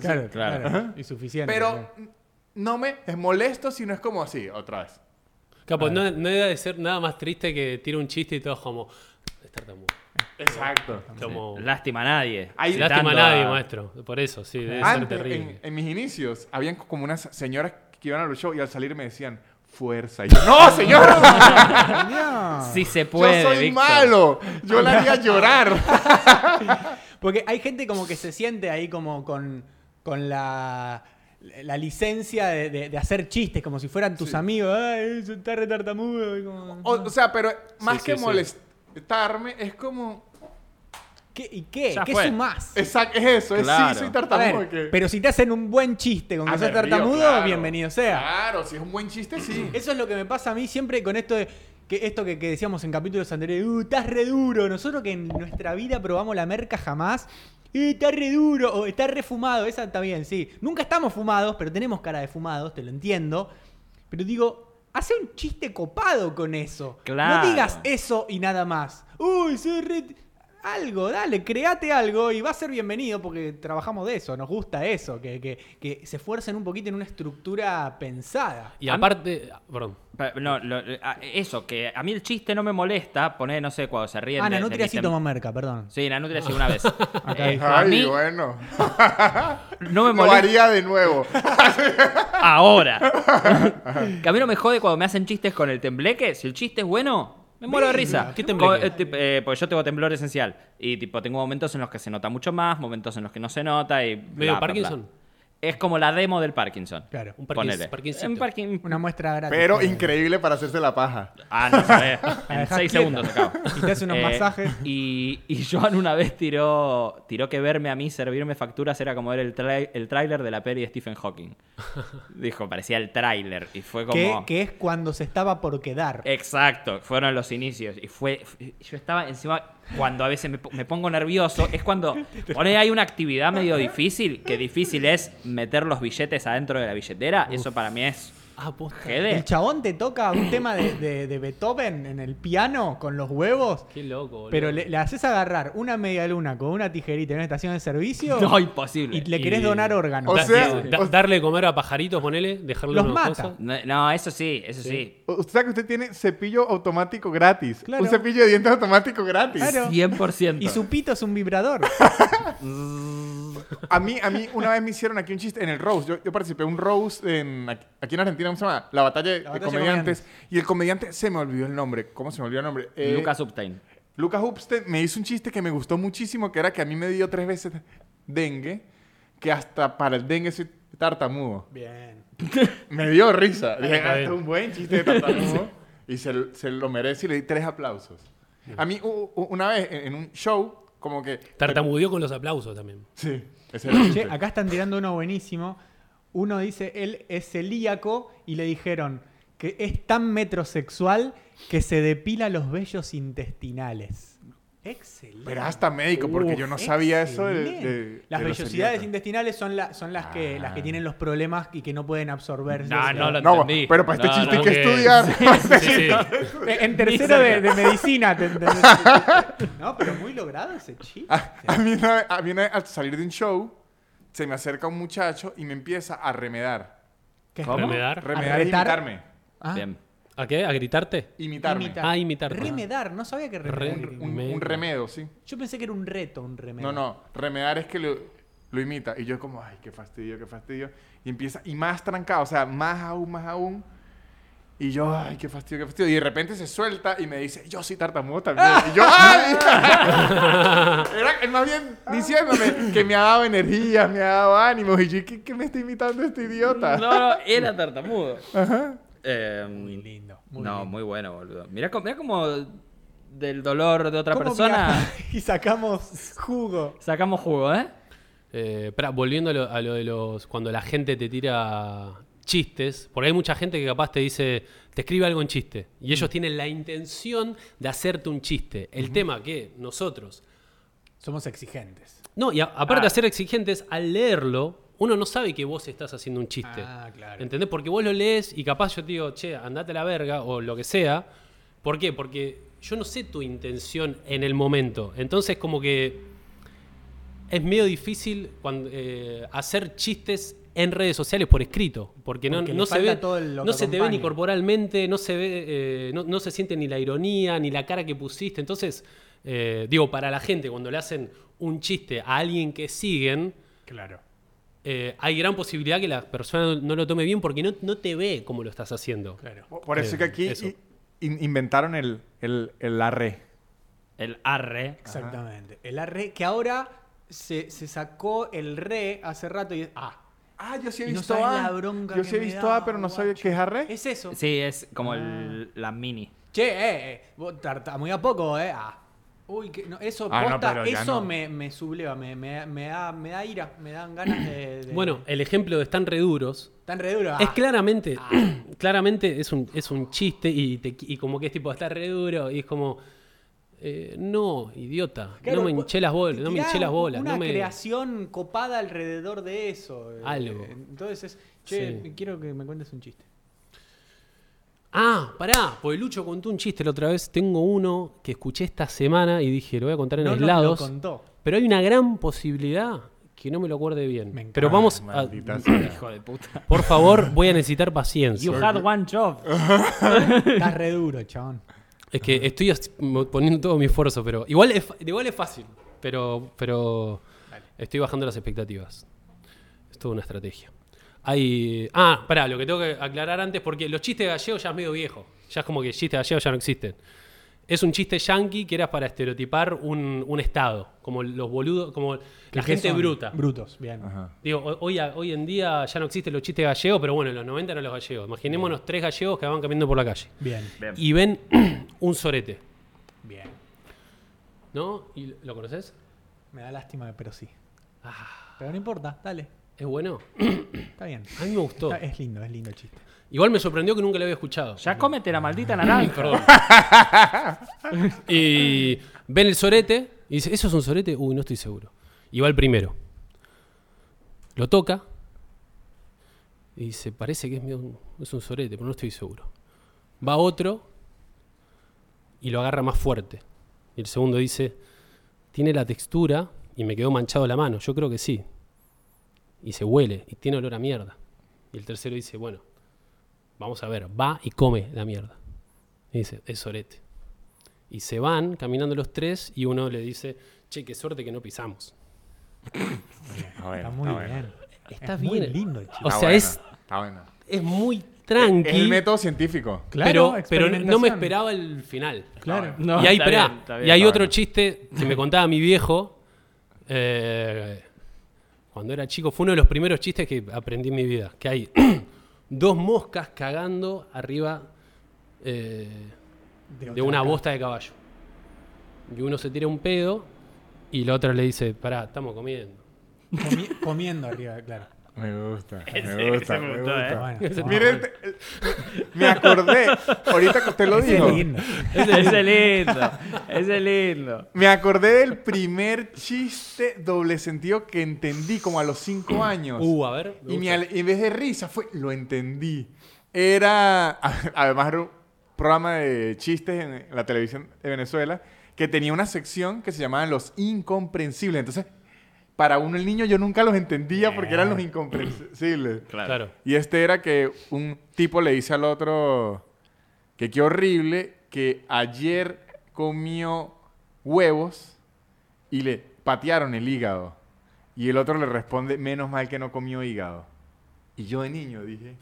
S3: Claro,
S1: claro.
S3: claro. Y suficiente.
S2: Pero
S3: claro.
S2: no me molesto, sino es como así, otra vez.
S4: Capo, no, no debe de ser nada más triste que tira un chiste y todos como. Es tartamudo.
S2: Exacto.
S4: Como-
S1: Lástima a nadie.
S2: Ahí-
S4: Lástima
S1: Citando
S4: a nadie,
S1: a-
S4: maestro. Por eso, sí, debe ser
S2: ah. Antes,
S4: terrible.
S2: en, en mis inicios, habían como unas señoras que iban a los shows y al salir me decían, fuerza. Y yo, ¡No, señora!
S3: No.
S1: Si se puede.
S2: ¡Yo soy
S1: Víctor.
S2: malo! Yo la haría llorar.
S3: Porque hay gente como que se siente ahí como con, con la, la licencia de, de- de hacer chistes, como si fueran tus amigos. Ay, se está retartamudo. y como-
S2: O, o sea, pero más
S4: Sí,
S2: que
S4: sí, sí.
S2: molestarme, es como...
S3: ¿Qué- ¿Y qué?
S1: Ya
S3: ¿Qué
S1: fue.
S3: sumás?
S2: Exacto, es eso. Es
S1: Claro.
S2: sí, soy
S3: A
S2: tartamudo.
S3: ver,
S2: que-
S3: pero si te hacen un buen chiste con
S2: Ah,
S3: que sos
S2: me río,
S3: tartamudo,
S2: claro.
S3: bienvenido sea.
S2: Claro, si es un buen chiste, sí.
S3: Eso es lo que me pasa a mí siempre con esto de que esto que, que decíamos en capítulos anteriores, "Uh, estás re duro, nosotros que en nuestra vida probamos la merca jamás, "Eh, estás re duro, o estás re fumado, esa está bien, sí. Nunca estamos fumados, pero tenemos cara de fumados, te lo entiendo. Pero digo, hace un chiste copado con eso.
S1: Claro.
S3: No digas eso y nada más. Uy, soy re... Algo, dale, créate algo y va a ser bienvenido porque trabajamos de eso, nos gusta eso, que, que- que se esfuercen un poquito en una estructura pensada.
S4: Y aparte, ah, perdón.
S1: Pa- No, lo- eh, ah, eso, que a mí el chiste no me molesta. Poné, no sé, cuando se ríen.
S3: Ah,
S1: de- de
S3: Nanutria
S1: mis
S3: sí
S1: tem-
S3: toma merca, perdón.
S1: Sí, Nanutria sí una vez. Eh, a
S2: Ay,
S1: mí
S2: bueno.
S1: no me
S2: Lo
S1: molesta
S2: haría de nuevo.
S1: ahora. que a mí no me jode cuando me hacen chistes con el tembleque. Si el chiste es bueno, me muero de risa.
S4: ¿Qué tembleque?
S1: Co- eh, tip- eh, porque yo tengo temblor esencial. Y tipo, tengo momentos en los que se nota mucho más, momentos en los que no se nota. Y bla, bla, bla.
S4: Parkinson?
S1: Es como la demo del Parkinson.
S3: Claro.
S4: Un Parkins-
S1: Ponele.
S4: Parkinsito.
S1: Un Parkin-
S3: Una muestra gratis.
S2: Pero
S3: Joder.
S2: increíble para hacerse la paja.
S1: Ah, no sabés.
S3: La
S1: En
S3: dejás
S1: seis
S3: quieta.
S1: segundos se acaba.
S3: Y te hace unos
S1: Eh,
S3: masajes.
S1: Y, y Joan una vez tiró, tiró que verme a mí, servirme facturas, era como ver el, trai- el tráiler de la peli de Stephen Hawking. Dijo, parecía el tráiler. Y fue
S3: Que,
S1: como... Eh,
S3: que es cuando se estaba por quedar.
S1: Exacto, fueron los inicios. Y fue. f- Yo estaba encima. Cuando a veces me, po- me pongo nervioso, es cuando. Pone hay una actividad medio difícil. Que difícil es meter los billetes adentro de la billetera. Eso para mí es.
S4: Ah, posta.
S1: Jede.
S3: El chabón te toca un tema de, de- de Beethoven en el piano con los huevos.
S4: Qué loco, boludo.
S3: Pero le, le haces agarrar una media luna con una tijerita en una estación de servicio
S1: No, imposible.
S3: y le querés
S4: Y-
S3: donar órganos.
S2: O
S4: Da-
S2: sea,
S4: da- da-
S2: o-
S4: darle de comer a pajaritos, ponele, dejarle
S3: Los
S4: una
S3: mata.
S4: cosa.
S1: No, no, eso sí, eso sí.
S2: Usted sabe que usted tiene cepillo automático gratis.
S3: Claro.
S2: Un cepillo de dientes automático gratis.
S3: Claro.
S1: 100%.
S3: y su pito es un vibrador.
S2: A mí, a mí una vez me hicieron aquí un chiste en el Rose. Yo, yo participé en un Rose en, aquí en Argentina, ¿cómo se llama? La batalla de
S3: La batalla de
S2: comediantes. Y el comediante se me olvidó el nombre. ¿Cómo se me olvidó el nombre? Eh,
S1: Lucas Uptain.
S2: Lucas Upstead me hizo un chiste que me gustó muchísimo, que era que a mí me dio tres veces dengue, que hasta para el dengue soy tartamudo.
S3: Bien.
S2: Me dio risa. Dije,
S4: está
S2: "Ah,
S4: bien.
S2: esto es un buen chiste de tartamudo. Y se, se lo merece y le di tres aplausos. A mí, u- u- una vez, en en un show, como que...
S4: Tartamudeó con los aplausos también.
S2: Sí, ese era el
S3: Che,
S2: chiste.
S3: acá están tirando uno buenísimo. Uno dice, él es celíaco y le dijeron que es tan metrosexual que se depila los vellos intestinales. Excelente.
S2: Pero hasta médico, porque yo no
S3: Uf,
S2: sabía eso de...
S3: excelente.
S2: de-
S3: las
S2: de los
S3: vellosidades
S2: celíacos.
S3: intestinales son, la- son las, que,
S2: Ah.
S3: las que tienen los problemas y que no pueden absorberse.
S1: No, no lo-
S2: No,
S1: entendí.
S2: pero para este
S1: No,
S2: chiste
S1: no,
S2: hay que
S4: que-
S2: estudiar.
S4: Sí, sí.
S3: Eh, En tercero de, de medicina. te entendés. no, pero muy logrado ese chiste.
S2: Ah, A mí, una vez, a mí una vez al salir de un show, se me acerca un muchacho y me empieza a remedar.
S3: ¿Qué?
S1: ¿Cómo?
S4: ¿Remedar?
S2: Remedar es
S3: retar?
S2: imitarme.
S3: Ah,
S1: Bien.
S4: ¿A qué? ¿A gritarte?
S2: Imitarme.
S3: Imitar.
S4: Ah, imitarte.
S3: Remedar, no sabía que remedar.
S4: Re-
S3: era
S2: Un,
S3: imitar.
S4: Me-
S2: un remedo, sí.
S3: Yo pensé que era un reto, un remedio.
S2: No, no. Remedar es que lo, lo imita. Y yo como, ay, qué fastidio, qué fastidio. Y empieza, y más trancado, o sea, más aún, más aún. Y yo, ay, qué fastidio, qué fastidio. Y de repente se suelta y me dice, yo soy tartamudo también. Y yo, ay. Era él más bien diciéndome que me ha dado energía, me ha dado ánimos. Y yo, ¿qué, qué me está imitando este idiota?
S1: No, no, era tartamudo. Eh,
S3: Muy lindo. Muy
S1: no,
S3: lindo.
S1: muy bueno, boludo. Mirá, co- mirá como del dolor de otra
S3: ¿Cómo
S1: persona
S3: mirá? y sacamos jugo.
S1: sacamos jugo, ¿eh?
S4: Eh, pará, volviendo a lo, a lo de los. Cuando la gente te tira chistes, porque hay mucha gente que capaz te dice, te escribe algo en chiste, y ellos tienen la intención de hacerte un chiste. El tema que nosotros.
S3: Somos exigentes.
S4: No, y a- aparte
S1: Ah.
S4: de ser exigentes, al leerlo, uno no sabe que vos estás haciendo un chiste.
S3: Ah, claro.
S4: ¿Entendés? Porque vos lo lees y capaz yo te digo, che, andate a la verga o lo que sea. ¿Por qué? Porque yo no sé tu intención en el momento. Entonces, como que es medio difícil cuando, eh, hacer chistes en redes sociales por escrito. Porque no,
S3: Porque le
S4: no se
S3: falta
S4: ve.
S3: todo lo
S4: no
S3: que
S4: se te ve ni
S3: acompaña.
S4: corporalmente, no se ve, eh, no, no se siente ni la ironía, ni la cara que pusiste. Entonces, eh, digo, para la gente, cuando le hacen un chiste a alguien que siguen,
S3: Claro.
S4: eh, hay gran posibilidad que la persona no lo tome bien porque no, no te ve como lo estás haciendo.
S3: Claro.
S2: Por- Por eso
S4: Eh,
S2: que aquí
S4: eso.
S2: i- in- inventaron el, el, el arre.
S1: El arre.
S3: Exactamente. El arre, que ahora se, se sacó el re hace rato y es ah.
S2: Ah, yo sí he
S3: Y no
S2: visto
S3: sabes
S2: A.
S3: la bronca
S2: yo
S3: que
S2: sí he
S3: me
S2: visto
S3: daba,
S2: A, pero no sabía
S3: guacho.
S2: qué es arre.
S3: Es eso.
S1: Sí, es como
S3: Ah.
S1: el- la mini.
S3: Che, eh, eh, vos tartamudeás poco, eh. Ah. Uy, que, no, eso,
S2: Ah, no,
S3: posta,
S2: pero ya
S3: eso
S2: no.
S3: me, me subleva, me, me, me da, me da ira, me dan ganas de. de-
S4: Bueno, el ejemplo de Están Reduros
S3: Tan re duro.
S4: es
S3: ah.
S4: claramente, claramente es un, es un chiste y, te- y como que es tipo, está re duro y es como, eh, no, idiota,
S3: Claro,
S4: no me
S3: vos-
S4: hinché las bolas,
S3: te
S4: no me
S3: tirás
S4: hinché las bolas,
S3: Una
S4: no me...
S3: creación copada alrededor de eso. eh,
S4: Algo.
S3: Entonces es, che,
S4: Sí.
S3: quiero que me cuentes un chiste.
S4: Ah, pará, porque Lucho contó un chiste la otra vez, tengo uno que escuché esta semana y dije, lo voy a contar en
S3: No nos lo
S4: aislados.
S3: contó.
S4: Pero hay una gran posibilidad que no me lo acuerde bien.
S3: Me encanta.
S4: pero vamos a-
S2: Maldita sea.
S1: Hijo de puta.
S4: Por favor, voy a necesitar paciencia.
S1: You had one job.
S3: Estás re duro, chabón.
S4: Es que estoy as- mo- poniendo todo mi esfuerzo, pero igual es, fa- igual es fácil, pero, pero estoy bajando las expectativas. Es toda una estrategia. Hay, ah, pará, lo que tengo que aclarar antes, porque los chistes gallegos ya es medio viejo. Ya es como que chistes gallegos ya no existen. Es un chiste yankee que era para estereotipar un, un estado, como los boludos, como la
S3: ¿Qué
S4: gente
S3: son?
S4: bruta.
S3: Brutos, bien.
S4: Digo, ho- hoy, a- hoy en día ya no existen los chistes gallegos, pero bueno, en los 90 eran los gallegos. Imaginémonos tres gallegos que van caminando por la calle
S3: Bien,
S4: y ven un sorete,
S3: bien.
S4: ¿no? ¿Y ¿Lo conoces?
S3: Me da lástima, pero sí.
S4: Ah.
S3: Pero no importa, dale.
S4: Es bueno.
S3: Está bien.
S4: A mí me gustó.
S3: Está- es lindo, es lindo el chiste.
S4: Igual me sorprendió que nunca lo había escuchado.
S1: Ya cómete la maldita naranja.
S4: Perdón. y ven el sorete y dice, ¿eso es un sorete? Uy, no estoy seguro. Y va el primero. Lo toca y dice, parece que es, medio un- es un sorete, pero no estoy seguro. Va otro y lo agarra más fuerte. Y el segundo dice, tiene la textura y me quedó manchado la mano. Yo creo que sí. Y se huele y tiene olor a mierda. Y el tercero dice, bueno, vamos a ver, va y come la mierda. Y dice, es sorete. Y se van caminando los tres y uno le dice, che, qué suerte que no pisamos.
S2: Está bueno,
S3: está muy
S2: está bueno.
S3: bien.
S4: Está
S3: es Muy
S4: bien.
S3: lindo el chiste.
S4: O
S2: Está
S4: sea,
S2: bueno,
S4: es-
S2: Está bueno.
S4: Es muy tranqui.
S2: Es el método científico.
S4: pero,
S3: Claro,
S4: pero no me
S3: experimentación.
S4: esperaba el final.
S3: Claro.
S1: No,
S4: y hay,
S1: está
S4: pará,
S1: bien, está bien.
S4: y hay
S2: está
S4: otro
S2: bueno.
S4: chiste que me contaba mi viejo. eh, cuando era chico, fue uno de los primeros chistes que aprendí en mi vida. Que hay dos moscas cagando arriba eh, de
S3: otra
S4: una
S3: cara.
S4: bosta de caballo. Y uno se tira un pedo y la otra le dice, pará, estamos comiendo.
S3: Comi- comiendo arriba, claro.
S2: Me gusta.
S1: Ese-
S2: Me gusta.
S1: ese me
S2: Me
S1: gustó,
S2: gusta.
S1: eh.
S3: Bueno,
S2: Miren, te- me acordé. Ahorita que usted lo
S3: Ese es
S2: dijo.
S3: lindo.
S1: Ese es lindo. Ese es lindo.
S2: Me acordé del primer chiste doble sentido que entendí como a los cinco años.
S4: Uh, a ver. me
S2: Y mi
S4: gusta.
S2: ale- en vez de risa fue, lo entendí. Era, además era un programa de chistes en la televisión de Venezuela que tenía una sección que se llamaba Los Incomprensibles. Entonces, para uno el niño yo nunca los entendía porque eran
S4: Ah.
S2: los incomprensibles.
S4: Claro.
S2: Y este era que un tipo le dice al otro que qué horrible que ayer comió huevos y le patearon el hígado. Y el otro le responde, menos mal que no comió hígado. Y yo de niño dije,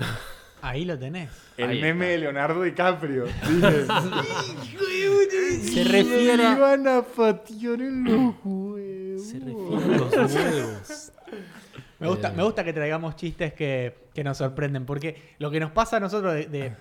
S3: Ahí lo tenés.
S2: el
S1: Ahí
S2: meme
S1: está.
S2: de Leonardo DiCaprio. Dije,
S4: Se refiere a...
S2: iban a patear en los huevos.
S4: Se refiere a
S3: Uh.
S4: los huevos.
S3: Me
S2: Eh.
S3: gusta, me gusta que traigamos chistes que, que nos sorprenden, porque lo que nos pasa a nosotros de, de-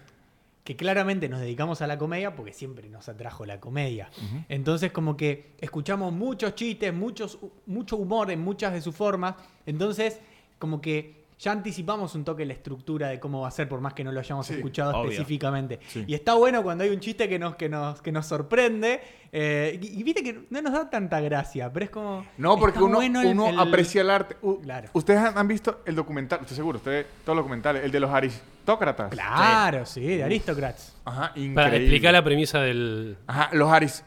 S3: que claramente nos dedicamos a la comedia, porque siempre nos atrajo la comedia. Entonces, como que escuchamos muchos chistes, muchos, mucho humor en muchas de sus formas. Entonces, como que ya anticipamos un toque la estructura de cómo va a ser, por más que no lo hayamos
S2: Sí,
S3: escuchado
S1: obvio.
S3: específicamente. Y está bueno cuando hay un chiste que nos, que nos, que nos sorprende. eh, y, y viste que no nos da tanta gracia, pero es como.
S2: No, porque
S3: está
S2: uno,
S3: bueno el-
S2: uno
S3: el-
S2: aprecia el arte. U-
S3: Claro.
S2: Ustedes han, han visto el documental, estoy seguro, ustedes, todos los documentales, el de los aristócratas.
S3: Claro, sí, de Aristocrats.
S2: Ajá, increíble.
S4: Para explicar la premisa del...
S2: Ajá, los aris...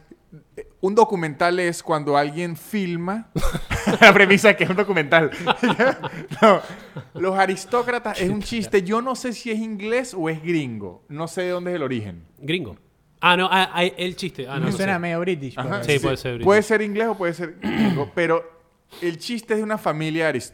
S2: eh, Un documental es cuando alguien filma. la premisa es que es un documental. No, Los aristócratas es un chiste. Yo no sé si es inglés o es gringo. No sé de dónde es el origen.
S4: Gringo. Ah, no, ah, ah, el chiste. Ah, no,
S3: Me
S4: no
S3: suena
S4: sé.
S3: medio british. por
S2: Ajá,
S3: ahí.
S4: Sí, pues. puede ser gringo.
S2: Puede ser inglés o puede ser gringo, pero el chiste es de una familia arist-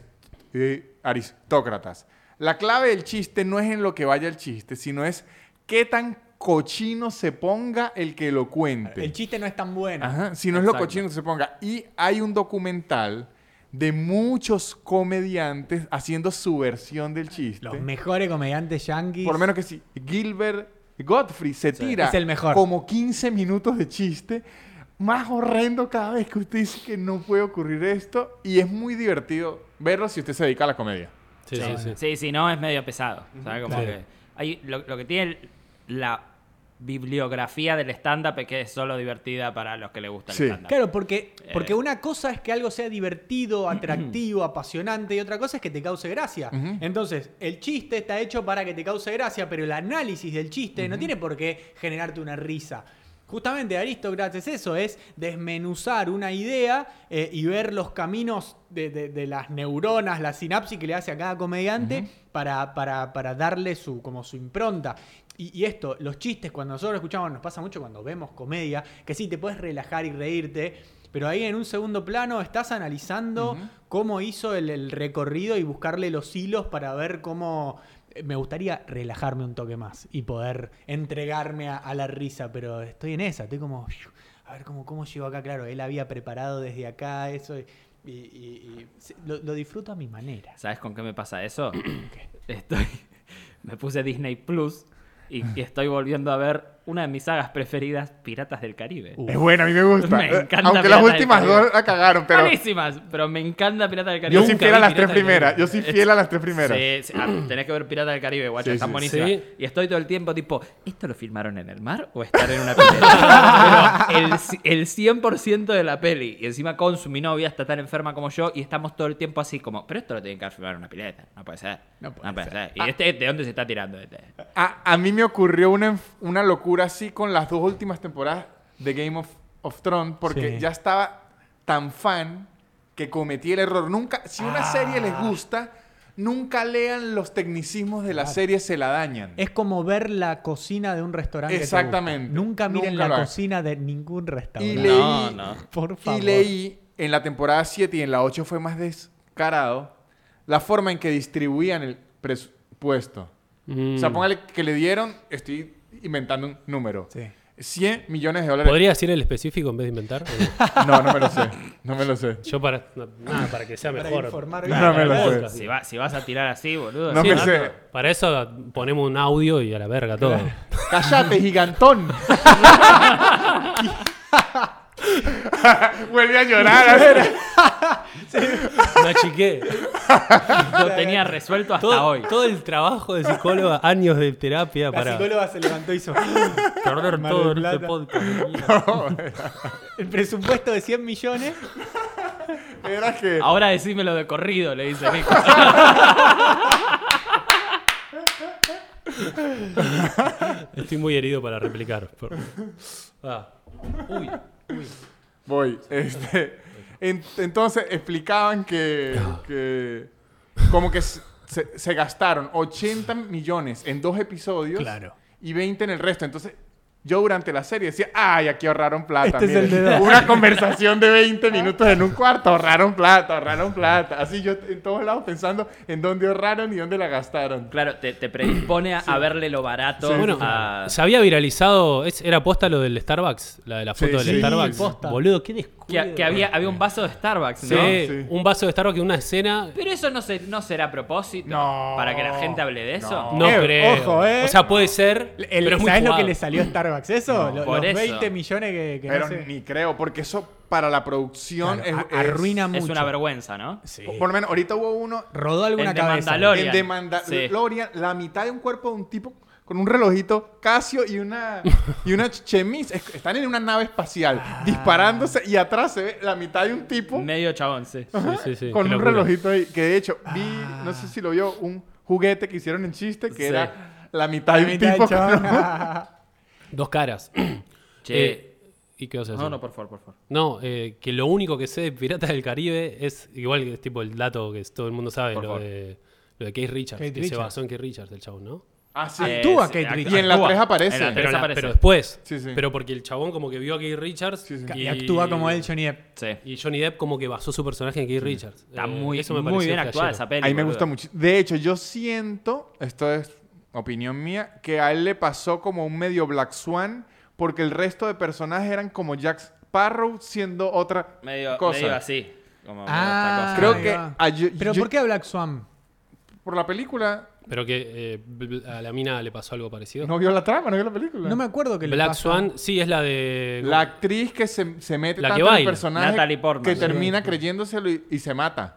S2: eh, aristócratas. La clave del chiste no es en lo que vaya el chiste, sino es qué tan cochino se ponga el que lo cuente.
S3: El chiste no es tan bueno.
S2: Ajá, si no es lo
S1: Exacto.
S2: cochino que se ponga. Y hay un documental de muchos comediantes haciendo su versión del chiste.
S3: Los mejores comediantes yankees.
S2: Por lo menos que sí. Gilbert Godfrey se tira
S3: Es el mejor.
S2: como 15 minutos de chiste. Más horrendo cada vez que usted dice que no puede ocurrir esto. Y es muy divertido verlo si usted se dedica a la comedia.
S4: Sí, sí, sí.
S1: Sí, si no, es medio pesado. O sea, como
S4: Claro.
S1: que hay- lo, lo que tiene el- la bibliografía del stand-up es que es solo divertida para los que les gusta el
S2: Sí.
S1: stand-up.
S3: Claro, porque, porque
S1: Eh.
S3: una cosa es que algo sea divertido, atractivo, apasionante y otra cosa es que te cause gracia.
S2: Ujú.
S3: Entonces, el chiste está hecho para que te cause gracia, pero el análisis del chiste no tiene por qué generarte una risa. Justamente Aristócrates eso, es desmenuzar una idea eh, y ver los caminos de, de- de las neuronas, la sinapsis que le hace a cada comediante para, para- para darle su, como su impronta. Y, y esto, los chistes, cuando nosotros escuchamos, nos pasa mucho cuando vemos comedia, que sí, te puedes relajar y reírte, pero ahí en un segundo plano estás analizando cómo hizo el, el recorrido y buscarle los hilos para ver cómo... eh, Me gustaría relajarme un toque más y poder entregarme a, a la risa, pero estoy en esa, estoy como... "Fiu, A ver cómo, cómo llegó acá, claro, él había preparado desde acá eso y, y- y- y se- lo, lo disfruto a mi manera.
S1: ¿Sabes con qué me pasa eso? Estoy. Me puse Disney Plus y, y estoy volviendo a ver una de mis sagas preferidas, Piratas del Caribe.
S3: Uh.
S2: Es buena, a mí me gusta.
S1: Me encanta
S2: Aunque las
S1: Piratas del
S2: últimas
S1: Caribe.
S2: dos la cagaron, pero
S1: Buenísimas, pero me encanta Piratas del Caribe.
S2: yo soy
S1: Nunca
S2: fiel a
S1: vi
S2: las tres
S1: Piratas del
S2: primeras.
S1: Caribe.
S2: Yo soy fiel a las tres primeras.
S1: Sí, sí. Ah, tenés que ver Piratas del Caribe, guacho,
S2: Sí,
S1: están
S2: sí.
S1: buenísimas.
S4: Sí.
S1: Y estoy todo el tiempo tipo, ¿esto lo filmaron en el mar o estar en una pileta? Pero el, ci- el 100% de la peli, y encima con su mi novia está tan enferma como yo, y estamos todo el tiempo así como, pero esto lo tienen que haber filmado en una pileta, no puede ser. No puede, ser. ¿Y este de dónde se está tirando? Este?
S2: A, a mí me ocurrió una, enf- una locura así con las dos últimas temporadas de Game of, of Thrones porque
S3: Sí.
S2: ya estaba tan fan que cometí el error. Nunca, si una
S3: Ah.
S2: serie les gusta, nunca lean los tecnicismos de la serie, se la dañan.
S3: Es como ver la cocina de un restaurante. que te gusta.
S2: Exactamente.
S3: Nunca miren
S2: Nunca lo
S3: la
S2: hagan.
S3: cocina de ningún restaurante.
S2: Y
S1: No,
S2: leí,
S1: no.
S3: Por
S2: y
S3: favor.
S2: leí en la temporada 7 y en la 8 fue más descarado la forma en que distribuían el presupuesto. O sea,
S4: Mm.
S2: póngale que le dieron, estoy inventando un número,
S3: Sí.
S2: 100 millones de dólares.
S4: ¿Podría decir el específico en vez de inventar? ¿O no?
S2: No, no me lo sé. No me lo sé.
S4: Yo para, no, nada, para que sea
S3: Para
S4: mejor.
S3: informar
S2: bien.
S4: Nada, para
S2: No me
S4: el
S2: lo sé.
S4: podcast.
S1: Si, va- si vas a tirar así, boludo.
S2: No
S4: Sí,
S2: me
S4: ¿no?
S2: sé.
S4: Para eso ponemos un audio y a la verga todo.
S2: ¡Cállate, gigantón! Vuelve a llorar. a ver.
S4: Me achiqué.
S1: Lo tenía resuelto hasta
S4: Todo,
S1: hoy.
S4: todo el trabajo de psicóloga, años de terapia
S3: La
S4: para
S3: psicóloga se levantó y hizo.
S4: perder
S3: Mar
S4: todo
S3: del
S4: en este
S3: Plata.
S4: podcast.
S3: El presupuesto de 100 millones.
S2: Era que...
S1: Ahora decímelo de corrido, le dice Nico.
S4: Estoy muy herido para replicar. por- Ah. Uy.
S2: Voy. Este, en- entonces explicaban que, que como que se, se gastaron 80 millones en dos episodios
S3: Claro.
S2: y 20 en el resto. Entonces yo durante la serie decía, ay, aquí ahorraron plata.
S3: Este es el
S2: miren".
S3: de dos.
S2: Una conversación de 20 minutos en un cuarto, ahorraron plata, ahorraron plata. Así yo en todos lados pensando en dónde ahorraron y dónde la gastaron.
S1: Claro, te, te predispone a, a verle lo barato.
S2: Sí,
S4: Bueno,
S1: a-
S4: ah, se había viralizado. es- era posta lo del Starbucks, la de la
S2: Sí,
S4: foto del
S2: sí,
S4: Starbucks.
S3: posta.
S4: Boludo, qué descuido.
S1: que, que había, había un vaso de Starbucks,
S4: Sí,
S1: ¿no?
S2: Sí.
S4: un vaso de Starbucks en una escena.
S1: Pero eso no, se- no será a propósito.
S2: No.
S1: Para que la gente hable de eso.
S4: No
S3: Eh,
S4: creo.
S3: ojo, eh.
S4: O sea, puede ser.
S3: El,
S4: pero es muy
S3: ¿Sabes lo que
S4: jugado.
S3: le salió a Starbucks? Eso, Lo-
S1: por
S3: los
S1: eso.
S3: 20 millones que, que no
S2: Pero
S3: sé.
S2: ni creo, porque eso para la producción
S3: Claro,
S2: es-
S3: a-
S2: es-
S3: arruina
S1: Es
S3: mucho.
S1: una vergüenza, ¿no?
S3: Sí.
S2: Por lo menos ahorita hubo uno
S3: Rodó alguna
S1: El de
S3: cabeza.
S1: Mandalorian.
S2: El de Manda-
S1: Sí.
S2: Lorian, la mitad de un cuerpo de un tipo con un relojito Casio y una, y una chemise. Es- Están en una nave espacial
S1: Ah.
S2: disparándose y atrás se ve la mitad de un tipo
S1: Medio chabón, sí.
S4: Sí, sí, sí,
S2: con
S4: qué
S2: un
S4: locura.
S2: relojito ahí. Que de hecho, vi, no sé si lo vio, un juguete que hicieron en chiste que
S1: Ah. Sí.
S2: era la mitad de
S3: La
S2: un
S3: mitad del
S2: tipo.
S3: chabón.
S2: con-
S4: Dos caras.
S1: Che.
S4: Eh, ¿Y qué vas a decir?
S1: no, no, por favor, por favor.
S4: No, eh, que lo único que sé de Piratas del Caribe es igual que es tipo el dato que es- todo el mundo sabe,
S1: Por
S4: lo
S1: favor.
S4: de, lo de Keith Richards,
S3: Keith
S4: que se
S3: Richards.
S4: basó en Keith Richards, el chabón, ¿no?
S2: Ah, sí.
S1: Eh,
S3: Actúa
S1: sí,
S3: Kate
S1: act-
S2: Y en la
S1: actúa.
S2: tres aparece.
S1: En la
S4: Pero,
S1: tres
S4: la-
S1: aparece.
S4: pero después.
S2: Sí, sí.
S4: Pero porque el chabón como que vio a Keith Richards.
S2: Sí, sí.
S3: Y actúa como él, Johnny Depp.
S1: Sí.
S4: Y Johnny Depp como que basó su personaje en Keith Richards.
S1: Está
S4: Eh,
S1: muy,
S4: eso me
S1: muy
S4: pareció
S1: bien actuada
S4: flashero.
S1: esa peli.
S2: A mí me
S1: boludo.
S2: gusta mucho. De hecho, yo siento, esto es opinión mía, que a él le pasó como un medio Black Swan, porque el resto de personajes eran como Jack Sparrow siendo otra
S1: Medio,
S2: cosa.
S1: medio así. Como
S3: Ah,
S1: esta
S2: Creo
S1: cosa.
S3: ahí
S2: que
S3: va.
S2: a yo-
S3: Pero
S2: yo-
S3: ¿por qué a Black Swan?
S2: Por la película,
S4: Pero que eh, bl- bl- a la mina le pasó algo parecido.
S2: no vio la trama, no vio la película.
S3: No me acuerdo que le
S4: Black
S3: pasa.
S4: Swan, sí, es la de.
S2: La actriz que se, se mete
S4: La que
S2: tanto en el
S4: baila.
S2: personaje
S1: Natalie Portman.
S2: que termina creyéndoselo y, y se mata.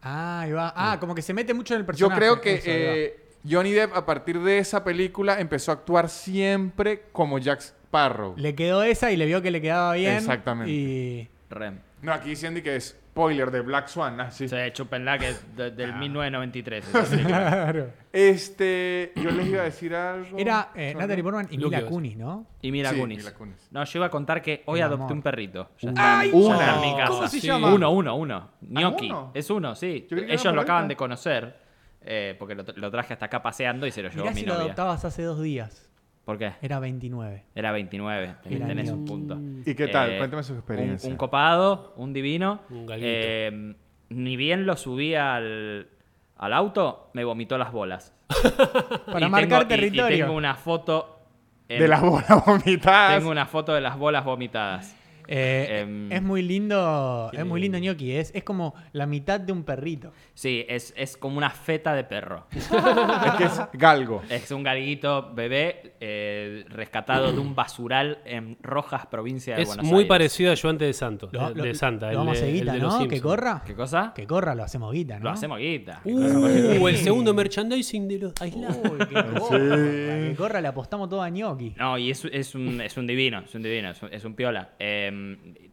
S3: Ah, ahí va. Ah, como que se mete mucho en el
S2: Yo
S3: personaje.
S2: creo que
S3: Eso, ahí va.
S2: eh, Johnny Depp, a partir de esa película, empezó a actuar siempre como Jack Sparrow.
S3: Le quedó esa y le vio que le quedaba bien.
S2: Exactamente.
S3: Y...
S1: Rem.
S2: No, aquí dicen que es spoiler de Black Swan. ah, sí.
S1: Sí, chúpenla que es de-
S4: Ah.
S1: del 1993.
S3: Claro.
S2: Este, yo les iba a decir algo.
S4: Oh,
S3: Era eh,
S2: sobre-
S3: Natalie Portman y
S4: Luke
S3: Mila
S4: Evans.
S3: Kunis, ¿no?
S1: Y mira,
S2: Sí,
S1: Kunis.
S2: Mila Kunis.
S1: No, yo iba a contar que hoy
S3: Mi
S1: adopté
S3: amor.
S1: un perrito. Ya está,
S2: ¡Ay!
S1: ya está
S2: ¡Uno!
S1: en mi casa.
S3: ¿Cómo se
S4: Sí.
S3: llama?
S1: Uno, uno, uno. Gnocchi.
S2: uno?
S1: Es uno, sí.
S2: Ah. Yo creí que era
S1: Ellos lo
S2: perrito.
S1: acaban de conocer eh, porque lo, tra- lo traje hasta acá paseando y se lo llevó
S3: Mirá
S1: mi
S3: si lo
S1: novia.
S3: adoptabas hace dos días.
S1: ¿Por qué?
S3: Era 29.
S1: Era 29. Tenés,
S3: Era
S1: tenés un
S3: Gnocchi.
S1: punto.
S2: ¿Y qué tal?
S1: Eh,
S2: Cuéntame sus experiencias.
S1: Un, un copado, un divino.
S4: Un galguito.
S1: Eh, ni bien lo subí al, al auto, me vomitó las bolas.
S3: Para
S1: Y
S3: marcar
S1: tengo- y- y
S3: territorio.
S1: tengo una foto. en-
S2: De las bolas vomitadas.
S1: Tengo una foto de las bolas vomitadas.
S3: Eh,
S1: Em,
S3: es muy lindo, es muy
S4: lindo.
S3: lindo ñoqui, es, es como la mitad de un perrito.
S1: Sí, es, es como una feta de perro.
S2: Es que es galgo.
S1: Es un galguito bebé eh, rescatado de un basural en Rojas, provincia de
S4: Es
S1: Buenos
S4: muy
S1: Aires.
S4: parecido a Ayudante de Santo.
S3: Lo,
S4: de,
S3: lo-
S4: de Santa.
S3: lo
S4: el
S3: vamos
S4: de-
S3: a hacer
S4: el
S3: guita,
S4: de los
S3: ¿no? Que
S4: Simpson.
S3: corra.
S1: ¿Qué cosa?
S3: Que corra, lo hacemos guita, ¿no?
S1: Lo hacemos guita.
S4: Uh, el segundo merchandising de los
S3: Uy,
S4: aislados.
S3: que corra, que corra, le apostamos todo a ñoqui.
S1: No, y es, es un, es un divino, es un divino, es un, es un piola. Eh,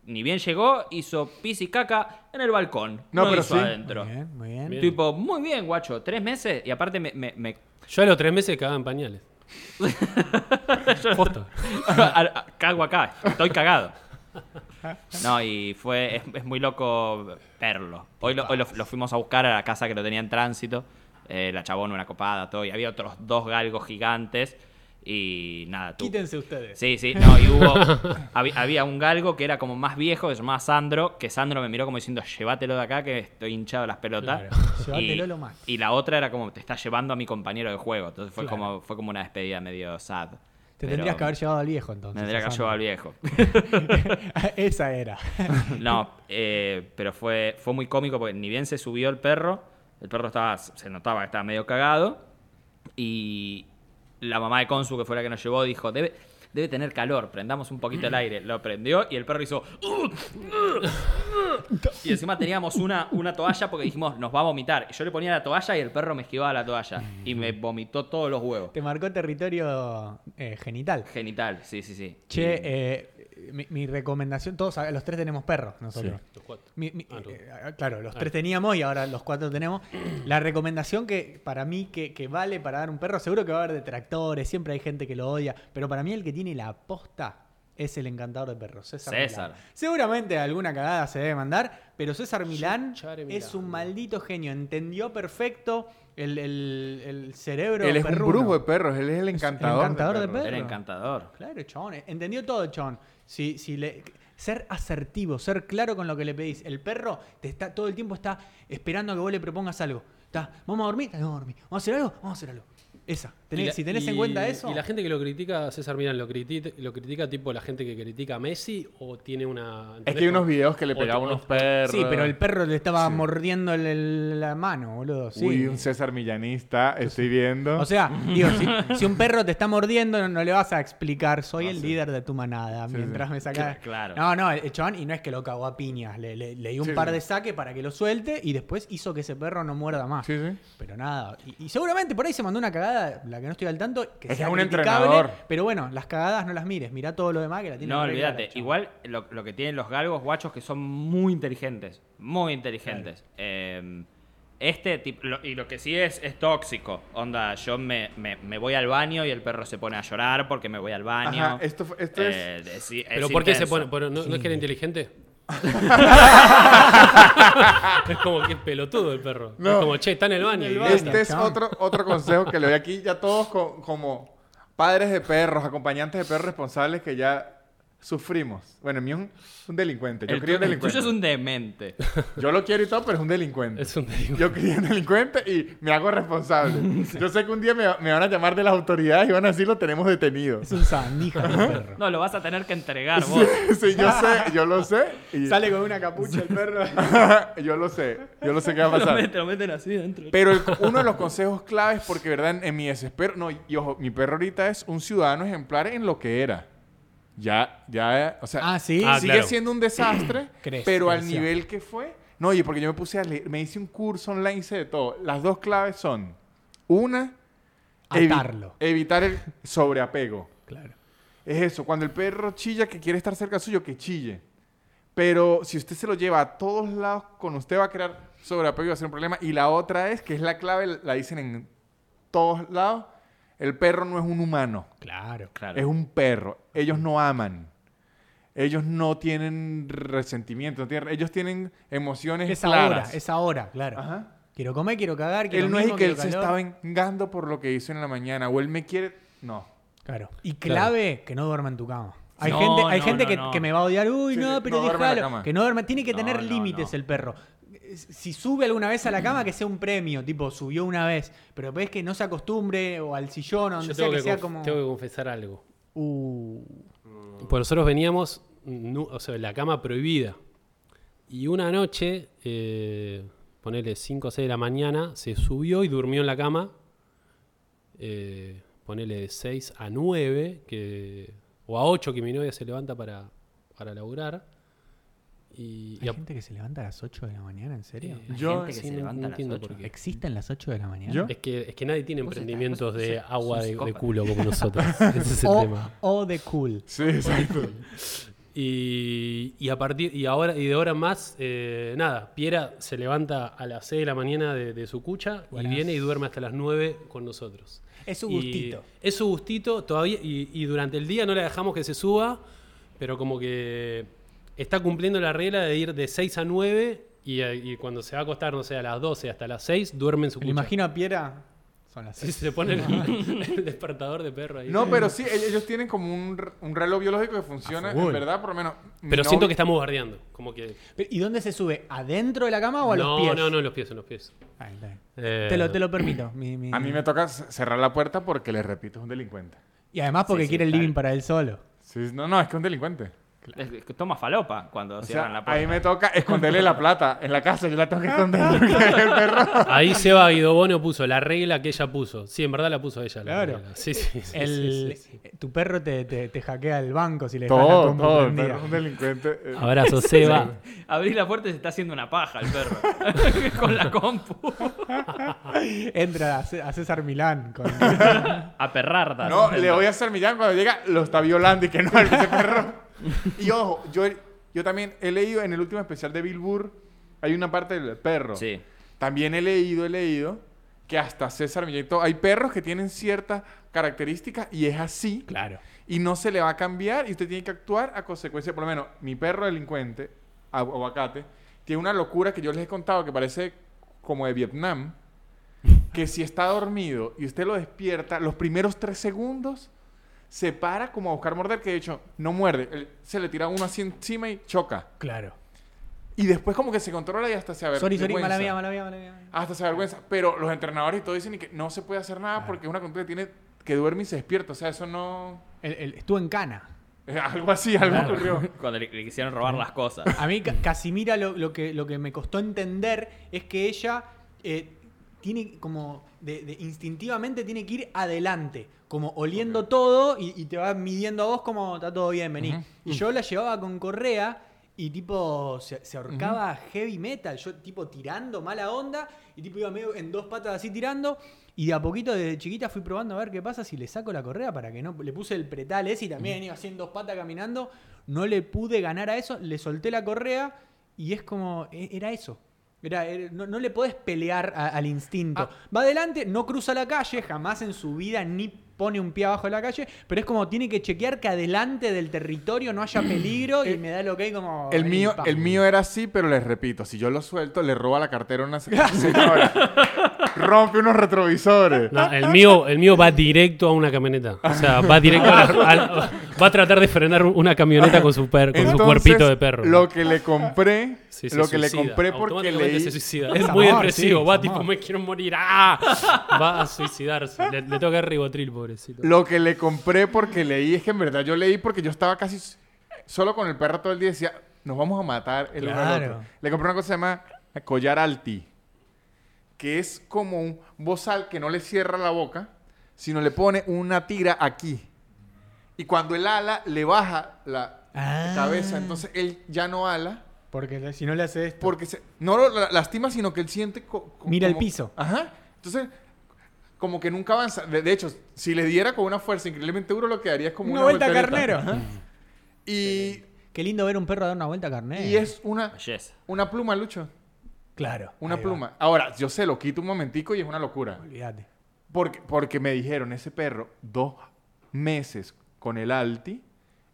S1: ni bien llegó, hizo pis y caca en el balcón.
S2: No,
S1: No,
S2: pero
S1: hizo
S2: sí.
S1: adentro.
S3: Muy bien, muy bien.
S4: Bien.
S1: Tipo, muy bien, guacho, tres meses. Y aparte me... me- me-
S4: Yo a los tres meses cagaba en pañales. Posta.
S1: a- a- cago acá, estoy cagado. No, y fue... Es, es muy loco verlo. Hoy, lo, hoy lo, lo fuimos a buscar a la casa que lo tenía en tránsito. eh, la chabona, una copada, todo. Y había otros dos galgos gigantes. Y nada, tú...
S3: Quítense ustedes.
S1: Sí, sí, no, y hubo. habi- había, un galgo que era como más viejo, que se llamaba Sandro, que Sandro me miró como diciendo, llévatelo de acá, que estoy hinchado las pelotas.
S4: Claro,
S3: llévatelo lo más.
S1: Y la otra era como, te está llevando a mi compañero de juego. Entonces fue,
S3: Claro.
S1: como, fue como una despedida medio sad.
S3: Te tendrías que haber llevado al viejo
S1: Me
S3: entonces.
S1: tendría que haber llevado al viejo.
S3: viejo. Esa era.
S1: No, eh, pero fue, fue muy cómico porque ni bien se subió el perro, el perro estaba, se notaba que estaba medio cagado y la mamá de Consu, que fue la que nos llevó, dijo, debe, debe tener calor, prendamos un poquito el aire. Lo prendió y el perro hizo... "Uh, Y encima teníamos una, una toalla porque dijimos, nos va a vomitar. Y yo le ponía la toalla y el perro me esquivaba la toalla y me vomitó todos los huevos.
S3: Te marcó territorio eh, genital.
S1: Genital, sí, sí, sí.
S3: Che, eh, mi, mi recomendación, todos sab- los tres tenemos perros nosotros.
S4: Los cuatro.
S3: Mi- mi-
S4: Ah, tú.
S3: eh, ah, claro, los tres teníamos y ahora los cuatro tenemos. La recomendación que para mí que, que vale para dar un perro, seguro que va a haber detractores, siempre hay gente que lo odia, pero para mí el que tiene la aposta es el encantador de perros, César.
S1: César.
S3: Milán. Seguramente alguna cagada se debe mandar, pero César Milán
S4: Chuchare Milán.
S3: es un maldito genio, entendió perfecto el, el- el cerebro.
S2: él es un
S3: perruno.
S2: brujo de perros, él es el encantador.
S3: encantador de
S2: perros.
S3: perros.
S1: Era encantador.
S3: Claro, chabón. eh, Entendió todo, chabón. Si, si le, ser asertivo, ser claro con lo que le pedís. El perro te está, todo el tiempo está esperando a que vos le propongas algo. Está, vamos a dormir, vamos a dormir. ¿Vamos a hacer algo? Vamos a hacer algo. Esa. Tenés-
S4: Y la-
S3: si tenés en
S4: y-
S3: cuenta eso.
S4: Y la gente que lo critica, César Miran, lo critica, lo critica tipo la gente que critica a Messi o tiene una.
S2: Es que hay unos videos que le
S4: Otro-
S2: pegaban unos
S4: otro-
S2: perros.
S3: Sí, pero el perro le estaba
S2: Sí.
S3: mordiendo el- el- la mano, boludo. Sí.
S2: Uy, un César Millanista, estoy viendo.
S3: O sea, digo, si, si un perro te está mordiendo, no, no le vas a explicar, soy
S2: Ah,
S3: el líder de tu manada, mientras me sacas.
S1: Claro.
S3: No, no, el chabón, y no es que lo cagó a piñas, le, le- le dio un
S2: Sí,
S3: par
S2: sí.
S3: de saques para que lo suelte y después hizo que ese perro no muerda más.
S2: sí, sí.
S3: Pero nada, y, y seguramente por ahí se mandó una cagada, la que no estoy al tanto, que
S2: Es
S3: sea
S2: un
S3: criticable,
S2: entrenador.
S3: Pero bueno, las cagadas no las mires, mirá todo lo demás que la tiene.
S1: No,
S3: re clara,
S1: olvídate.
S3: chabón.
S1: Igual lo, lo que tienen los galgos guachos que son muy inteligentes. Muy inteligentes. Eh, este tipo. lo- y lo que sí es, es tóxico. Onda, yo me, me- me voy al baño y el perro se pone a llorar porque me voy al baño.
S2: Ajá, esto, fue- esto es.
S1: Eh, de- sí, es
S4: ¿Pero por qué se
S1: intenso.
S4: pone? por- no, no es que era inteligente? es como que es pelotudo el perro.
S2: No.
S4: Es como, che, está en el baño. y basta.
S2: Este es otro, otro consejo que le doy aquí ya todos co- como padres de perros, acompañantes de perros responsables que ya sufrimos. Bueno, el mío es un, un delincuente. Yo
S1: El
S2: crié un
S1: tu- el tuyo
S2: delincuente.
S1: es un demente.
S2: Yo lo quiero y todo, pero es un delincuente.
S4: Es un delincuente.
S2: Yo crié un delincuente y me hago responsable. Yo sé que un día me, me van a llamar de las autoridades y van a decir lo tenemos detenido.
S3: Es un sandija el perro.
S1: No, lo vas a tener que entregar vos.
S2: Sí, yo sé, yo lo sé. y-
S3: Sale con una capucha el perro.
S2: yo lo sé, yo lo sé qué va a
S1: Lo
S2: pasar.
S1: meten, lo meten así dentro.
S2: Pero el- uno de los consejos claves, porque verdad, en, en mi desespero, no, y ojo, mi perro ahorita es un ciudadano ejemplar en lo que era. Ya, ya, o sea,
S3: Ah, ¿sí?
S4: Ah,
S2: sigue
S4: claro.
S2: siendo un desastre,
S3: Crece,
S2: pero al
S3: creció.
S2: nivel que fue. No, oye, porque yo me puse a leer, me hice un curso online, hice de todo. Las dos claves son, una, evi-
S3: Atarlo.
S2: evitar el sobreapego.
S3: Claro.
S2: Es eso, cuando el perro chilla que quiere estar cerca suyo, que chille. Pero si usted se lo lleva a todos lados con usted va a crear sobreapego y va a ser un problema. Y la otra es, que es la clave, la dicen en todos lados, el perro no es un humano,
S3: Claro.
S1: Claro.
S2: es un perro. Ellos no aman. Ellos no tienen resentimiento, no tienen- ellos tienen emociones
S3: Es ahora,
S2: claras.
S3: es ahora, claro.
S2: Ajá.
S3: Quiero comer, quiero cagar, quiero
S2: Él no es
S3: mismo,
S2: el que
S3: quiero
S2: él se
S3: calor.
S2: está vengando por lo que hizo en la mañana o él me quiere... No.
S3: Claro. Y clave, que no duerma en tu cama. Hay
S1: No,
S3: gente, hay
S1: no,
S3: gente
S1: no,
S3: que,
S1: no.
S3: que me va a odiar, uy,
S2: Sí,
S3: no,
S2: sí,
S3: pero
S2: no duerma en la
S3: déjalo.
S2: cama.
S3: Que no duerma, tiene que
S1: No,
S3: tener
S1: no,
S3: límites
S1: no.
S3: el perro. Eh, Si sube alguna vez a la cama, que sea un premio, tipo, subió una vez, pero ves que no se acostumbre o al sillón o donde
S4: Yo
S3: sea
S4: tengo
S3: que,
S4: que,
S3: sea
S4: conf-
S3: como...
S4: tengo que confesar algo.
S3: Uh,
S4: Pues nosotros veníamos, nu- o sea, la cama prohibida. Y una noche, eh, ponele 5 o 6 de la mañana, se subió y durmió en la cama. Eh, ponele de 6 a 9, que, o a 8 que mi novia se levanta para, para laburar. Y,
S3: hay
S4: y a-
S3: gente que se levanta a las 8 de la mañana, ¿en serio?
S4: eh,
S1: Yo- gente que
S4: sí,
S1: se
S4: no- no
S1: levanta a las
S4: entiendo
S1: ocho.
S4: por qué.
S3: ¿Existen las 8 de la mañana?
S2: ¿Yo?
S4: Es que, es que nadie tiene
S1: Vos estás-
S4: emprendimientos
S1: vos
S4: de
S1: sos-
S4: agua
S1: sos
S4: de, de
S1: psicópata.
S4: culo como nosotros. Ese es el
S3: O,
S4: tema.
S3: o de cool.
S2: Sí, exacto.
S4: Y, y a partir y ahora y de ahora en más, eh, nada, Piera se levanta a las 6 de la mañana de, de su cucha
S3: Buenas.
S4: y viene y duerme hasta las 9 con nosotros.
S3: Es su
S4: Y
S3: gustito.
S4: es su gustito todavía y, y durante el día no la dejamos que se suba, pero como que está cumpliendo la regla de ir de 6 a 9 y, y cuando se va a acostar, no sé, a las 12 hasta las 6, duerme en su
S3: Me
S4: cucha.
S3: imagino a Piera... Son las
S4: Sí,
S3: 6.
S4: se pone el, el despertador de perro ahí.
S2: No, pero sí, ell- ellos tienen como un, r- un reloj biológico que funciona,
S3: A
S2: en
S3: full.
S2: verdad, por lo menos. mi
S4: Pero siento
S2: novio-
S4: que estamos bardeando. Como que.
S3: Pero, ¿Y dónde se sube? ¿Adentro de la cama o a
S4: no,
S3: los pies?
S4: no, no, los pies, en los pies.
S3: Ah, está bien.
S4: Eh,
S3: Te lo, te lo permito. mi- mi-
S2: A mí me toca c- cerrar la puerta porque, les repito, es un delincuente.
S3: Y además porque
S1: Sí, sí,
S3: quiere el
S1: claro.
S3: living para él solo.
S2: Sí, no, no, es que es un delincuente.
S1: Es que Toma falopa cuando
S2: O
S1: cierran la
S2: sea, a mí
S1: puerta.
S2: me toca esconderle la plata en la casa, yo la tengo que esconder porque el perro.
S4: Ahí Seba Guidobono puso la regla que ella puso. Sí, en verdad la puso ella. La
S3: Claro.
S4: regla. Sí, sí, sí,
S3: El,
S4: sí, sí, sí.
S3: eh, Tu perro te, te, te hackea el banco si le dejas la
S2: Todo,
S3: compu
S2: todo, el
S3: prendida.
S2: perro es un delincuente. eh.
S4: Abrazo, Seba.
S1: Abrís la puerta y se está haciendo una paja el perro. Con la compu.
S3: Entra a, C- a César Milán. Con...
S1: A perrardas.
S2: No, le voy a hacer Millán cuando llega, lo está violando y que no, ese perro. Y ojo, yo, yo también he leído en el último especial de Bill Burr, hay una parte del perro.
S1: Sí.
S2: También he leído, he leído que hasta César Millán y todo, hay perros que tienen ciertas características y es así
S3: claro.
S2: y no se le va a cambiar y usted tiene que actuar a consecuencia. Por lo menos, mi perro delincuente, ab- aguacate, tiene una locura que yo les he contado que parece como de Vietnam, que si está dormido y usted lo despierta, los primeros tres segundos se para como a buscar morder, que de hecho no muerde, él- se le tira uno así encima y choca.
S3: Claro.
S2: Y después como que se controla y hasta se
S3: sorry,
S2: avergüenza.
S3: sorry, mala mía, mala mía, mala mía.
S2: Hasta se avergüenza. Pero los entrenadores y todo dicen y que no se puede hacer nada porque es una conducta que tiene que duerme y se despierta. O sea, eso no...
S3: El- el- estuvo en cana.
S2: Algo así, algo ocurrió.
S1: Cuando le, le quisieron robar las cosas.
S3: A mí, Ca- Casimira, lo, lo que, lo que me costó entender es que ella eh, tiene como. de- de- instintivamente tiene que ir adelante, como oliendo todo y, y te va midiendo a vos como está todo bien, vení.
S2: Ujú.
S3: Y yo la llevaba con correa y tipo se, se ahorcaba heavy metal, yo tipo tirando mala onda y tipo iba medio en dos patas así tirando. Y de a poquito desde chiquita fui probando a ver qué pasa si le saco la correa para que no. Le puse el pretal ese y también iba así en dos patas caminando. No le pude ganar a eso, le solté la correa y es como. e- Era eso. Mirá, eh, no, no le podés pelear a- al instinto.
S1: Ah.
S3: Va adelante, no cruza la calle, jamás en su vida ni pone un pie abajo de la calle, pero es como tiene que chequear que adelante del territorio no haya peligro y me da lo que hay como...
S2: El mío,
S3: pam.
S2: el mío era así, pero les repito, si yo lo suelto, le roba la cartera a una se- señora. Rompe unos retrovisores.
S4: No, el, mío, el mío va directo a una camioneta. O sea, va directo a la- al- va a tratar de frenar una camioneta con su, per- con su
S2: Entonces,
S4: cuerpito de perro.
S2: Lo que le compré,
S4: Sí, se
S2: lo que le
S4: suicida.
S2: compré porque
S4: Automáticamente
S2: leí,
S4: se suicida.
S3: Es
S4: Es muy
S3: amor,
S4: depresivo.
S3: sí,
S4: va
S3: es
S4: tipo,
S3: amor.
S4: me quiero morir. ¡Ah! Va a suicidarse. Le, le toca ribotril, pobrecito.
S2: lo que le compré porque leí, es que en verdad yo leí porque yo estaba casi s- solo con el perro todo el día y decía, nos vamos a matar el uno al
S3: Claro.
S2: otro". Le compré una cosa que se llama collar alti, que es como un bozal que no le cierra la boca, sino le pone una tira aquí. Y cuando el ala le baja la
S3: Ah.
S2: cabeza, entonces él ya no ala.
S3: Porque le- si no le haces esto...
S2: Porque se- no lo la- lastima, sino que él siente. co- co-
S3: Mira el
S2: como-
S3: piso.
S2: Ajá. Entonces, como que nunca avanza. De, de hecho, si le diera con una fuerza increíblemente duro, lo que haría es como
S3: Una
S2: una,
S3: vuelta a
S2: voltereta.
S3: carnero. ¿eh?
S2: Ajá. Y,
S3: Qué lindo ver un perro dar una vuelta a carnero.
S2: y es una,
S1: Belleza.
S2: una pluma, Lucho.
S3: Claro.
S2: Una
S3: ahí va.
S2: pluma. Ahora, yo se lo quito un momentico y es una locura.
S3: Olvídate.
S2: Porque, porque me dijeron, ese perro, dos meses con el alti,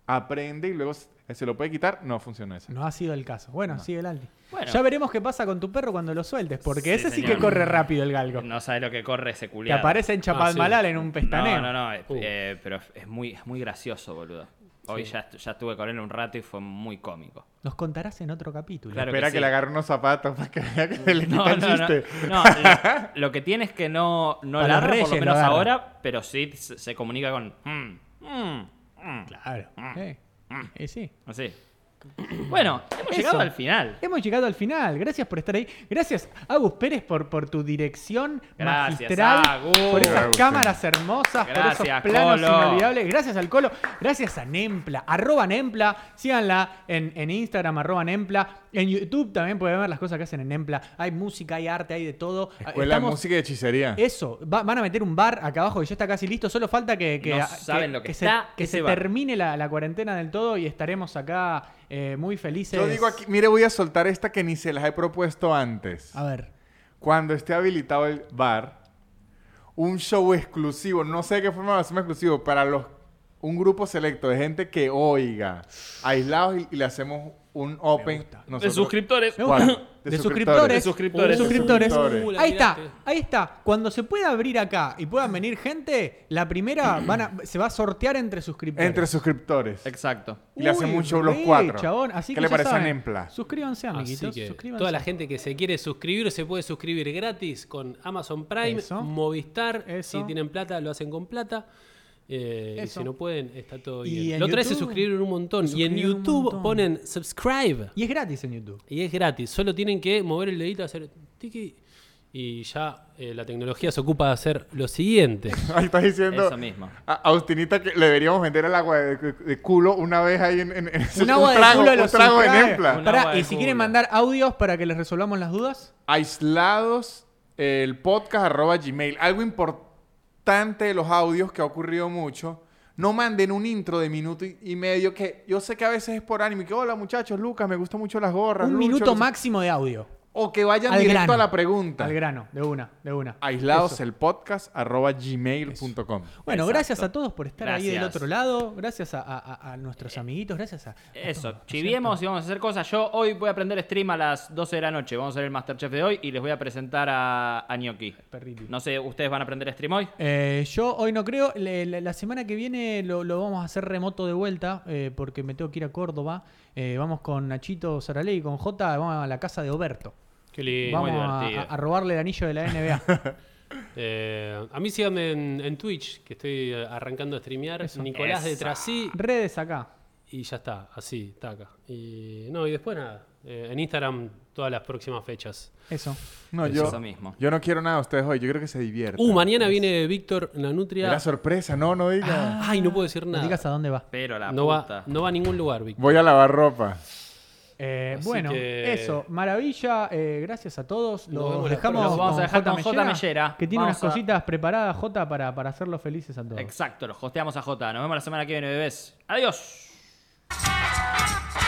S2: aprende y luego se, se lo puede quitar. No funciona eso.
S3: No ha sido el caso. Bueno, sigue el Aldi.
S1: Bueno.
S3: Ya veremos qué pasa con tu perro cuando lo sueltes, porque
S1: Sí,
S3: ese sí
S1: señor.
S3: que corre rápido el galgo.
S1: No sabe lo que corre ese
S3: que
S1: culiado.
S3: aparece en Chapadmalal en un pestaneo.
S1: No, no, no. eh,
S4: Uh.
S1: eh, pero es muy, es muy gracioso, boludo. Hoy ya, estu- ya estuve con él un rato y fue muy cómico.
S3: Nos contarás en otro capítulo.
S1: Claro
S2: Espera que,
S1: sí.
S2: le agarre unos zapatos para que vea que se le quita
S1: No,
S2: el
S1: no, no.
S2: chiste.
S1: No, lo, lo que tiene es que no, no
S3: Para
S1: la
S3: los
S1: agarra, por lo
S3: reyes
S1: menos
S3: lo agarra.
S1: ahora, pero sí se, se comunica con. mm, mm, mm,
S3: Claro. Eh,
S1: Ah.
S3: eh, sí.
S1: Así. Bueno, hemos
S3: Eso.
S1: llegado al final.
S3: Hemos llegado al final. Gracias por estar ahí. Gracias, Agus Pérez, por, por tu dirección
S1: Gracias,
S3: magistral.
S1: Agus.
S3: Por esas
S2: Agus.
S3: cámaras hermosas, por esos
S1: Gracias,
S3: planos
S1: Colo.
S3: inolvidables. Gracias al Colo. Gracias a Nempla. Arroba Nempla. Síganla en, en Instagram, arroba Nempla. En YouTube también pueden ver las cosas que hacen en Nempla. Hay música, hay arte, hay de todo.
S2: Escuela de
S3: Ah, Estamos-
S2: música y hechicería.
S3: Eso, va- van a meter un bar acá abajo que ya está casi listo, solo falta que, que,
S1: No
S3: a-
S1: saben lo que
S3: se,
S1: está
S3: que
S1: ese
S3: se
S1: bar.
S3: termine la, la cuarentena del todo y estaremos acá eh, muy felices.
S2: Yo digo aquí, mire, voy a soltar esta que ni se las he propuesto antes.
S3: A ver,
S2: Cuando esté habilitado el bar, un show exclusivo, no sé de qué forma va a ser exclusivo, para los un grupo selecto de gente que oiga, aislados y, y le hacemos un open.
S3: gusta.
S1: De
S2: nosotros-
S1: suscriptores.
S3: me
S2: ¿Cuál?
S3: gusta.
S2: De
S3: De suscriptores.
S2: suscriptores.
S1: suscriptores.
S3: De suscriptores.
S2: suscriptores.
S4: Uh, la
S3: ahí está,
S4: tiraste.
S3: ahí está. Cuando se pueda abrir acá y puedan venir gente, la primera van a- se va a sortear entre suscriptores.
S2: Entre suscriptores.
S1: Exacto.
S2: y le hacemos
S3: Uy,
S2: un show los
S3: re,
S2: cuatro.
S3: chabón. Así
S2: ¿Qué
S3: que
S2: le
S3: ya
S2: parece a
S3: saben.
S2: Nempla?
S3: Suscríbanse,
S4: Así
S3: amiguitos.
S4: que
S3: suscríbanse.
S4: toda la gente que se quiere suscribir se puede suscribir gratis con Amazon Prime,
S3: Eso.
S4: Movistar.
S3: Eso.
S4: Si tienen plata, lo hacen con plata. Eh, y
S3: Eso.
S4: si no pueden, está todo
S3: Y
S4: bien.
S3: en
S4: Lo traes se
S3: YouTube,
S4: suscribieron un montón.
S3: se
S4: Y en
S3: suscribieron un
S4: YouTube
S3: montón.
S4: ponen subscribe.
S3: Y es gratis en YouTube.
S4: Y es gratis. Solo tienen que mover el dedito, hacer tiki. Y ya eh, la tecnología se ocupa de hacer lo siguiente.
S2: Ahí estás diciendo.
S1: Eso mismo.
S2: A Austinita que le deberíamos vender el agua de, de culo una vez ahí en, en- en-
S3: Un agua de
S2: trago,
S3: culo a
S2: un
S3: los
S2: trago de
S3: subscribers.
S2: Nempla.
S1: Un
S3: Pará,
S1: agua de
S3: y si
S1: culo.
S3: quieren mandar audios para que les resolvamos las dudas.
S2: aislados el podcast arroba gmail. Algo importante de los audios que ha ocurrido mucho. No manden un intro de minuto y y medio que yo sé que a veces es por ánimo y que hola muchachos, Lucas, me gustan mucho las gorras.
S3: Un
S2: Lucho", no
S3: minuto
S2: sé-
S3: máximo de audio.
S2: O que vayan
S3: Al
S2: directo
S3: grano.
S2: a la pregunta.
S3: Al grano, de una, de una.
S2: Aislados
S3: Eso.
S2: el podcast arroba gmail.com.
S3: Bueno,
S1: Exacto.
S3: gracias a todos por estar ahí del
S1: Gracias. Eh,
S3: otro lado. Gracias a, a- a- a nuestros amiguitos. Gracias a. a todos,
S1: Eso,
S3: ¿no es
S1: chiviemos y vamos a hacer cosas. Yo hoy voy a aprender stream a las 12 de la noche. Vamos a hacer el Masterchef de hoy y les voy a presentar a, a Gnocchi.
S3: cierto? Perriti.
S1: No sé, ¿ustedes van a aprender stream hoy?
S3: Eh, yo hoy no creo. Le- la, la semana que viene lo, lo vamos a hacer remoto de vuelta eh, porque me tengo que ir a Córdoba. Eh, vamos con Nachito Saraley y con Jota. Vamos a la casa de Oberto.
S4: Qué lindo.
S3: vamos
S1: muy
S3: a-
S1: divertido.
S3: a, a robarle el anillo de la NBA.
S4: Eh, a mí síganme en, en Twitch, que estoy eh, arrancando a streamear. Nicolás de
S1: Esa.
S4: Trasí.
S3: Redes acá.
S4: Y ya está, así, está acá. Y no, y después nada. eh, en Instagram todas las próximas fechas.
S3: Eso.
S2: No,
S1: Eso
S2: yo,
S1: es lo mismo.
S2: yo no quiero nada de ustedes hoy. Yo creo que se diviertan.
S4: Uh, mañana viene Víctor La Nutria.
S2: Era sorpresa, no, no digas.
S3: Ah.
S1: Ah,
S4: Ay, no puedo decir
S3: No
S4: nada.
S3: digas a dónde va.
S1: Pero la
S4: No
S1: puta.
S4: va, no va a ningún lugar, Víctor.
S2: Voy a lavar ropa.
S3: Eh,
S4: Así
S3: bueno,
S4: que-
S3: eso, maravilla, eh, gracias a todos.
S4: Nos
S3: Los
S4: vemos la
S3: dejamos.
S4: próxima.
S1: Los vamos a dejar con J. Mellera.
S3: Que tiene
S1: Vamos
S3: unas
S1: a-
S3: cositas preparadas, J, para, para hacerlos felices a todos.
S1: Exacto, los hosteamos a J. Nos vemos la semana que viene, bebés. Adiós.
S6: Thank